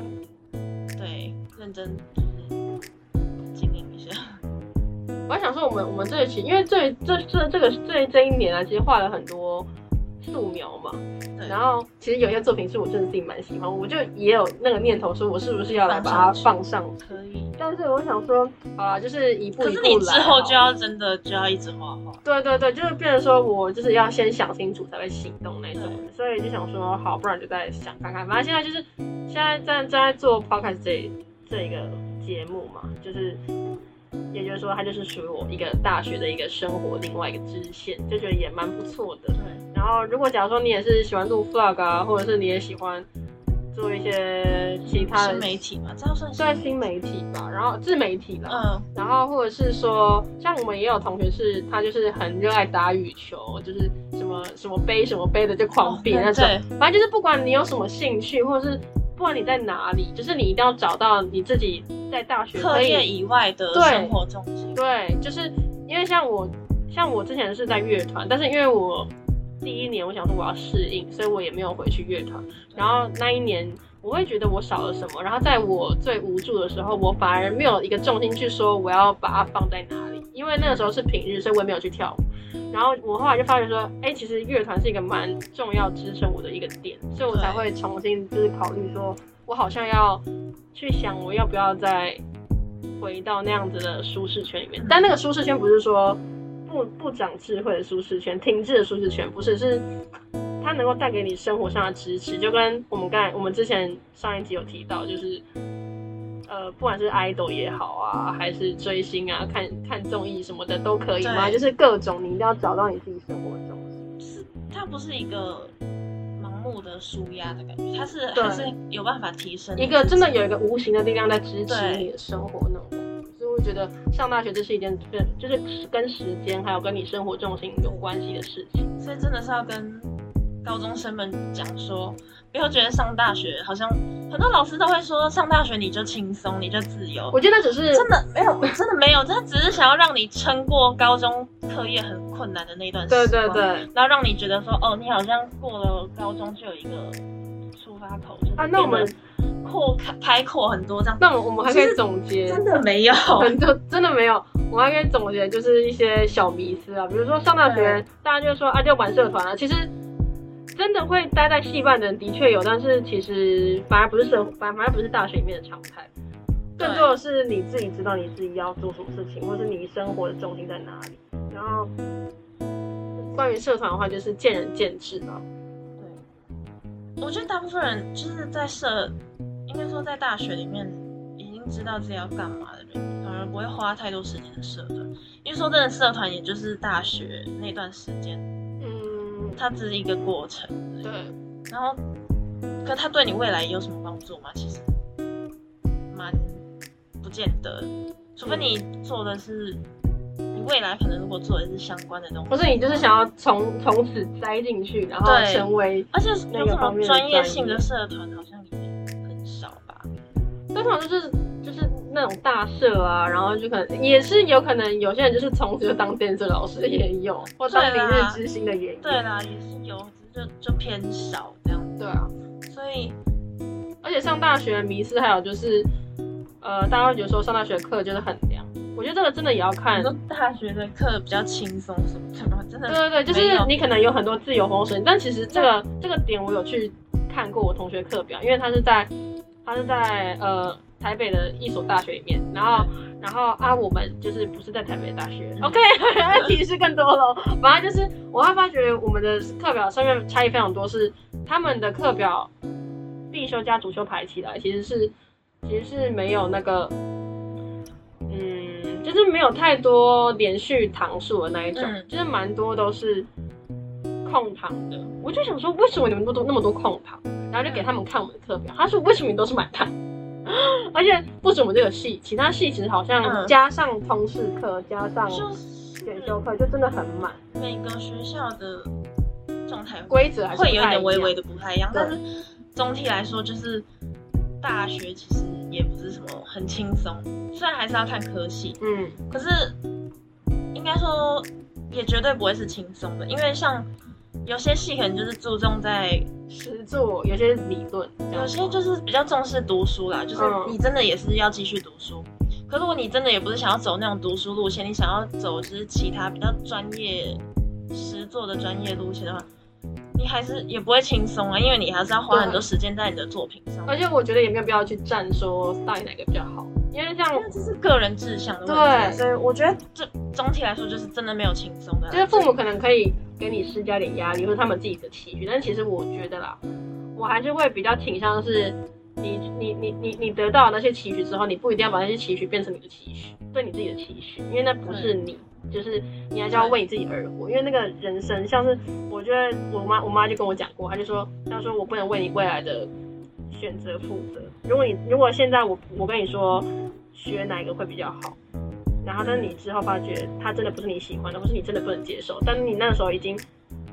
S2: 对，认真就是经营一下。
S1: 我还想说我们我们这一期，因为这这这这个这这一年啊，其实画了很多素描嘛，
S2: 对，
S1: 然后其实有些作品是我真的自己蛮喜欢，我就也有那个念头说，我是不是要来把它放上去？
S2: 可以。
S1: 但是我想说，啊，就是一步
S2: 可
S1: 一
S2: 是
S1: 步
S2: 你
S1: 来
S2: 之
S1: 啊。
S2: 后就要真的就要一直画画，
S1: 对对对，就是变成说我就是要先想清楚才会行动那种的，所以就想说好，不然就再想看看。反正现在就是现在在在做 podcast 这这个节目嘛，就是也就是说它就是属于我一个大学的一个生活另外一个支线，就觉得也蛮不错的。
S2: 对，
S1: 然后，如果假如说你也是喜欢录 vlog 啊，或者是你也喜欢做一些其他的
S2: 新媒体嘛，这样算
S1: 算新媒体吧，然后自媒体啦，
S2: 嗯，
S1: 然后或者是说，像我们也有同学是，他就是很热爱打羽球，就是什么什么杯什么杯的就狂比那种。
S2: 哦对，
S1: 反正就是不管你有什么兴趣，或者是不管你在哪里，就是你一定要找到你自己在大学
S2: 课
S1: 可以
S2: 业以外的
S1: 对
S2: 生活重心，
S1: 对，就是因为像我，像我之前是在乐团，但是因为我第一年我想说我要适应，所以我也没有回去乐团。然后那一年我会觉得我少了什么，然后在我最无助的时候，我反而没有一个重心去说我要把它放在哪里，因为那个时候是平日，所以我也没有去跳舞。然后我后来就发觉说，哎，其实乐团是一个蛮重要支撑我的一个点，所以我才会重新就是考虑说，我好像要去想我要不要再回到那样子的舒适圈里面。但那个舒适圈不是说不不长智慧的舒适圈，停滞的舒适圈，不是是。它能够带给你生活上的支持，就跟我们刚才我们之前上一集有提到，就是呃，不管是 idol 也好啊，还是追星啊，看看综艺什么的都可以嘛，
S2: 对
S1: 就是各种你一定要找到你自己生活中。
S2: 是它不是一个盲目的舒压的感觉，它是
S1: 对
S2: 还是有办法提升
S1: 一个真的有一
S2: 个
S1: 个无形的力量在支持
S2: 对
S1: 你的生活那种感觉，所以我觉得上大学这是一件跟就是跟时间还有跟你生活重心有关系的事情。
S2: 所以真的是要跟高中生们讲说，不要觉得上大学好像很多老师都会说上大学你就轻松，你就自由
S1: 我。觉得那只是
S2: 真的没有，真的没有，他只是想要让你撑过高中课业很困难的那段
S1: 对
S2: 时光，
S1: 对，对
S2: 然后让你觉得说，哦，你好像过了高中就有一个出发口，就是
S1: 啊，那我们
S2: 变得扩开开阔很多这样。
S1: 那我们还可以总结，
S2: 真的没有，
S1: 很多真的没有，我还可以总结就是一些小迷思啊，比如说上大学
S2: 对，
S1: 大家就说啊就玩社团啊，其实真的会待在戏班的人的确有，但是其实反而不是社，反反而不是大学里面的常态，
S2: 对
S1: 更多的是你自己知道你自己要做什么事情，或是你生活的重心在哪里。然后关于社团的话，就是见仁见智嘛。
S2: 我觉得大部分人就是在社，应该说在大学里面已经知道自己要干嘛的人，反而不会花太多时间在社团。因为说真的，社团也就是大学那段时间，
S1: 嗯，
S2: 它只是一个过程。
S1: 对，
S2: 然后，可它对你未来有什么帮助吗？其实蛮不见得，除非你做的是你未来可能如果做的是相关的东
S1: 或
S2: 西，
S1: 是你就是想要从从此栽进去，然后
S2: 对
S1: 成为
S2: 而且
S1: 那
S2: 有
S1: 个
S2: 什
S1: 方面
S2: 么
S1: 的
S2: 专业性
S1: 专
S2: 的
S1: 业
S2: 社团好像也很少吧。
S1: 通常就是就是那种大社啊，然后就可能也是有可能有些人就是从此就当电视老师也有，或当明日之星的也有。
S2: 对啊啦，也是有，只是就就偏少这样。
S1: 对啊，
S2: 所以
S1: 而且上大学的迷失还有就是，呃，大家会觉得说上大学课就是很凉，我觉得这个真的也要看
S2: 很多。大学的课比较轻松什么的嘛，真
S1: 对
S2: 的
S1: 对对，就
S2: 没
S1: 是
S2: 有
S1: 你可能有很多自由风声，但其实这个这个点我有去看过我同学课表，因为他是在他是在呃台北的一所大学里面，然后然后啊，我们就是不是在台北的大学、
S2: 嗯
S1: o k *laughs* 提示更多了。反正就是我会发觉我们的课表上面差异非常多，是他们的课表必修加主修排起来，其实是其实是没有那个，嗯，就是没有太多连续堂数的那一种，
S2: 嗯
S1: 就是蛮多都是空堂的。我就想说，为什么你们都都那么多空堂？然后就给
S2: 嗯
S1: 他们看我们的课表，他说为什么你都是满堂？ *laughs* 而且不止我们这个系，其他系其实好像
S2: 嗯
S1: 加上通识课，加上
S2: 就是
S1: 选修课，就真的很满。
S2: 每个学校的状态
S1: 规则还是
S2: 会
S1: 不
S2: 有一
S1: 太
S2: 点微微
S1: 样
S2: 的不太一样，
S1: 对
S2: 但是总体来说就是大学其实也不是什么很轻松，虽然还是要看科系，
S1: 嗯，
S2: 可是应该说也绝对不会是轻松的，因为像有些系可能就是注重在
S1: 实作有些理论，这样
S2: 有些就是比较重视读书啦，就是
S1: 嗯
S2: 你真的也是要继续读书。可如果你真的也不是想要走那种读书路线，你想要走就是其他比较专业实作的专业路线的话，你还是也不会轻松啊，因为你还是要花很多时间在你的作品上。
S1: 而且我觉得也没有必要去站说到底哪个比较好，因为像
S2: 因为这是个人志向的问题啊，
S1: 对
S2: 所以我觉得这总体来说就是真的没有轻松的啊，
S1: 就是父母可能可以给你施加点压力，或者他们自己的期许，但其实我觉得啦，我还是会比较倾向是你你你你你得到那些期许之后，你不一定要把那些期许变成你的期许，对你自己的期许，因为那不是你，就是你还是要为你自己而活，因为那个人生像是我觉得我妈我妈就跟我讲过，她就说她说我不能为你未来的选择负责，如果你如果现在我我跟你说学哪一个会比较好。然后但是你之后发觉他真的不是你喜欢的，或是你真的不能接受，但是你那时候已经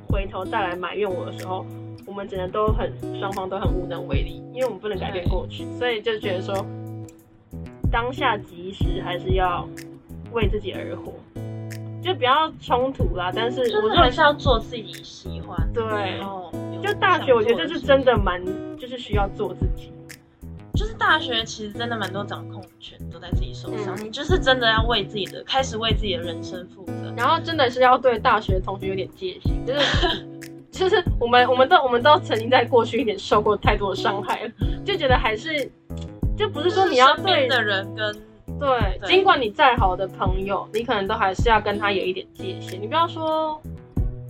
S1: 回头再来埋怨我的时候，我们只能都很双方都很无能为力，因为我们不能改变过去，所以就觉得说当下及时还是要为自己而活，就不要冲突啦。但是
S2: 就
S1: 我
S2: 是哦
S1: 说
S2: 还是要做自己喜欢，
S1: 对
S2: 然后有
S1: 就大学，我觉得这是真的蛮，就是需要做自己。
S2: 就是大学其实真的蛮多掌控权都在自己手上，
S1: 嗯
S2: 你就是真的要为自己的开始为自己的人生负责。
S1: 然后真的是要对大学同学有点戒心，就是 *laughs* 就是我们我们都我们都曾经在过去一点受过太多的伤害了，就觉得还是就不是说你要
S2: 就是身
S1: 对
S2: 边的人跟
S1: 对，
S2: 对
S1: 尽管你再好的朋友，你可能都还是要跟他有一点界限，你不要说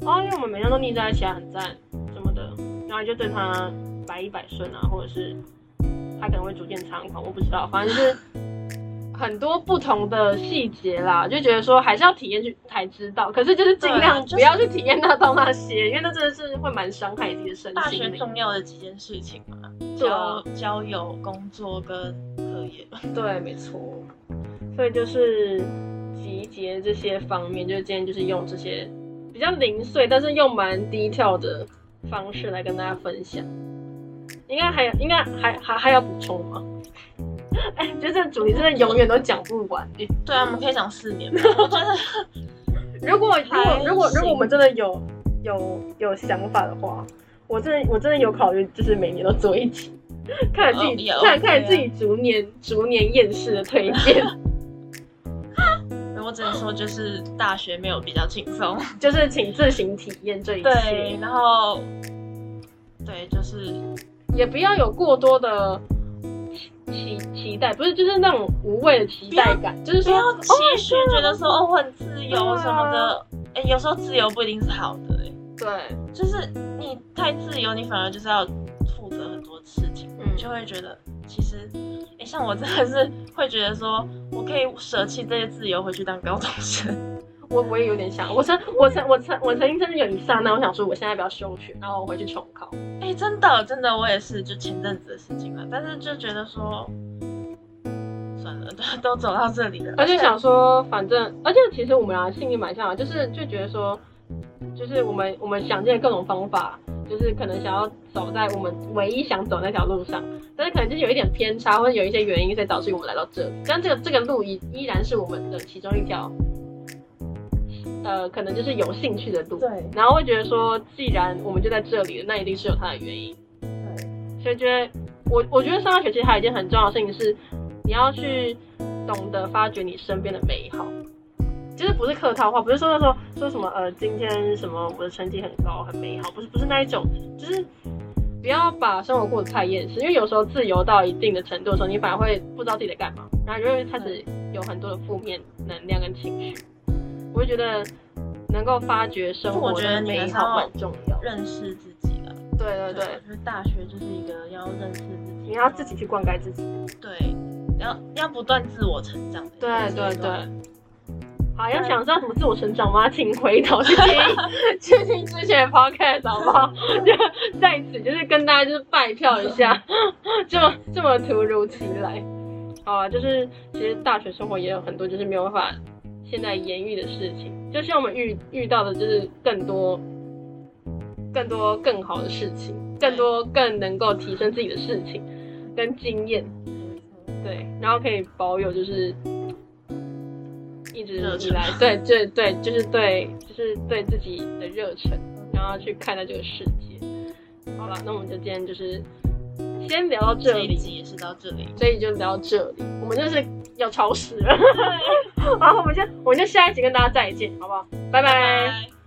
S1: 哦，因为我们每天都腻在一起啊，很赞什么的，然后你就对他百依百顺啊，或者是他可能会逐渐猖狂，我不知道，反正就是很多不同的细节啦，就觉得说还是要体验去才知道，可是就是尽
S2: 对啊
S1: 量
S2: 就是
S1: 不要去体验到到那些，因为那真的是会蛮伤害自己的身
S2: 大
S1: 心
S2: 学
S1: 灵。
S2: 重要的几件事情嘛，
S1: 对啊
S2: 交交友、工作跟课业。
S1: 对，没错。所以就是集结这些方面，就是今天就是用这些比较零碎，但是又蛮低调的方式来跟大家分享。应该还有，应该还还还要补充吗？ *laughs* 哎，觉得这个主题真的永远都讲不完、哎
S2: *laughs* 对啊，我们可以讲四年嘛。我觉得
S1: 如果如果
S2: 还
S1: 如果如果
S2: 行
S1: 我们真的有有有想法的话，我真的我真的有考虑，就是每年都做一集， *laughs* 看着自己、
S2: 哦也
S1: 看
S2: OK
S1: 看着自己逐年逐年厌世的推荐。
S2: *laughs* 我只能说，就是大学没有比较轻松。
S1: 就是请自行体验这一
S2: *laughs* 对，
S1: 切，
S2: 然后对，就是
S1: 也不要有过多的期期待，不是就是那种无谓的期待感，就是
S2: 不
S1: 说
S2: 要
S1: 哦
S2: 期许，觉得说哦我很自
S1: 对
S2: 由
S1: 啊
S2: 什么的。哎、有时候自由不一定是好的、哎，
S1: 对，
S2: 就是你太自由，你反而就是要负责很多事情，
S1: 嗯
S2: 就会觉得其实，哎、像我真的是会觉得说，我可以舍弃这些自由，回去当高中生。 *laughs*
S1: 我我也有点想，我曾我曾我曾我曾经真的有一刹那，我想说我现在不要休学，然后我回去重考，
S2: 哎、真的真的，我也是，就前阵子的事情了，但是就觉得说。算了，都都走到这里了，
S1: 而且想说反正，而且其实我们俩性格蛮像的，就是就觉得说，就是我们我们想尽了各种方法。就是可能想要走在我们唯一想走那条路上，但是可能就是有一点偏差，或者有一些原因，所以导致我们来到这里。但这个这个路依依然是我们的其中一条，呃，可能就是有兴趣的路。
S3: 对
S1: 然后会觉得说，既然我们就在这里了，那一定是有它的原因。
S3: 对，
S1: 所以觉得我我觉得上大学其实还有一件很重要的事情是，你要去懂得发掘你身边的美好。就是不是客套话，不是说说说什么呃，今天什么我的成绩很高很美好，不是不是那一种，就是不要把生活过得太厌世，因为有时候自由到一定的程度的时候，你反而会不知道自己在干嘛，然后就会开始有很多的负面能量跟情绪。我就觉得能够发掘生活
S2: 我觉
S1: 的
S2: 得你还
S1: 美
S2: 是
S1: 好
S2: 要
S1: 蛮重要。
S2: 认识自己了。
S1: 对对对，
S2: 我觉得大学就是一个要认识自己，
S1: 你要自己去灌溉自己。
S2: 对，要要不断自我成长的一
S1: 对
S2: 个
S1: 对
S2: 阶段。
S1: 对。好，要想知道怎么自我成长吗？请回头去听去听之前的 podcast 好不好？就在此就是跟大家就是拜票一下， *laughs* 这么这么突如其来。好啊，就是其实大学生活也有很多就是没有办法现在言语的事情，就希望我们遇遇到的就是更多、更多更好的事情，更多更能够提升自己的事情跟经验。对，然后可以保有就是一直
S2: 热
S1: 以
S2: 忱
S1: *laughs* 来对对对，就是对就是对自己的热忱，然后去看待这个世界。好了，那我们就今天就是先聊到这
S2: 这一
S1: 里，
S2: 集也是到这里，
S1: 所以就聊到这里。我们就是 *laughs* 要超时了，然后我们就我们就下一集跟大家再见，好不好？拜拜
S2: 拜。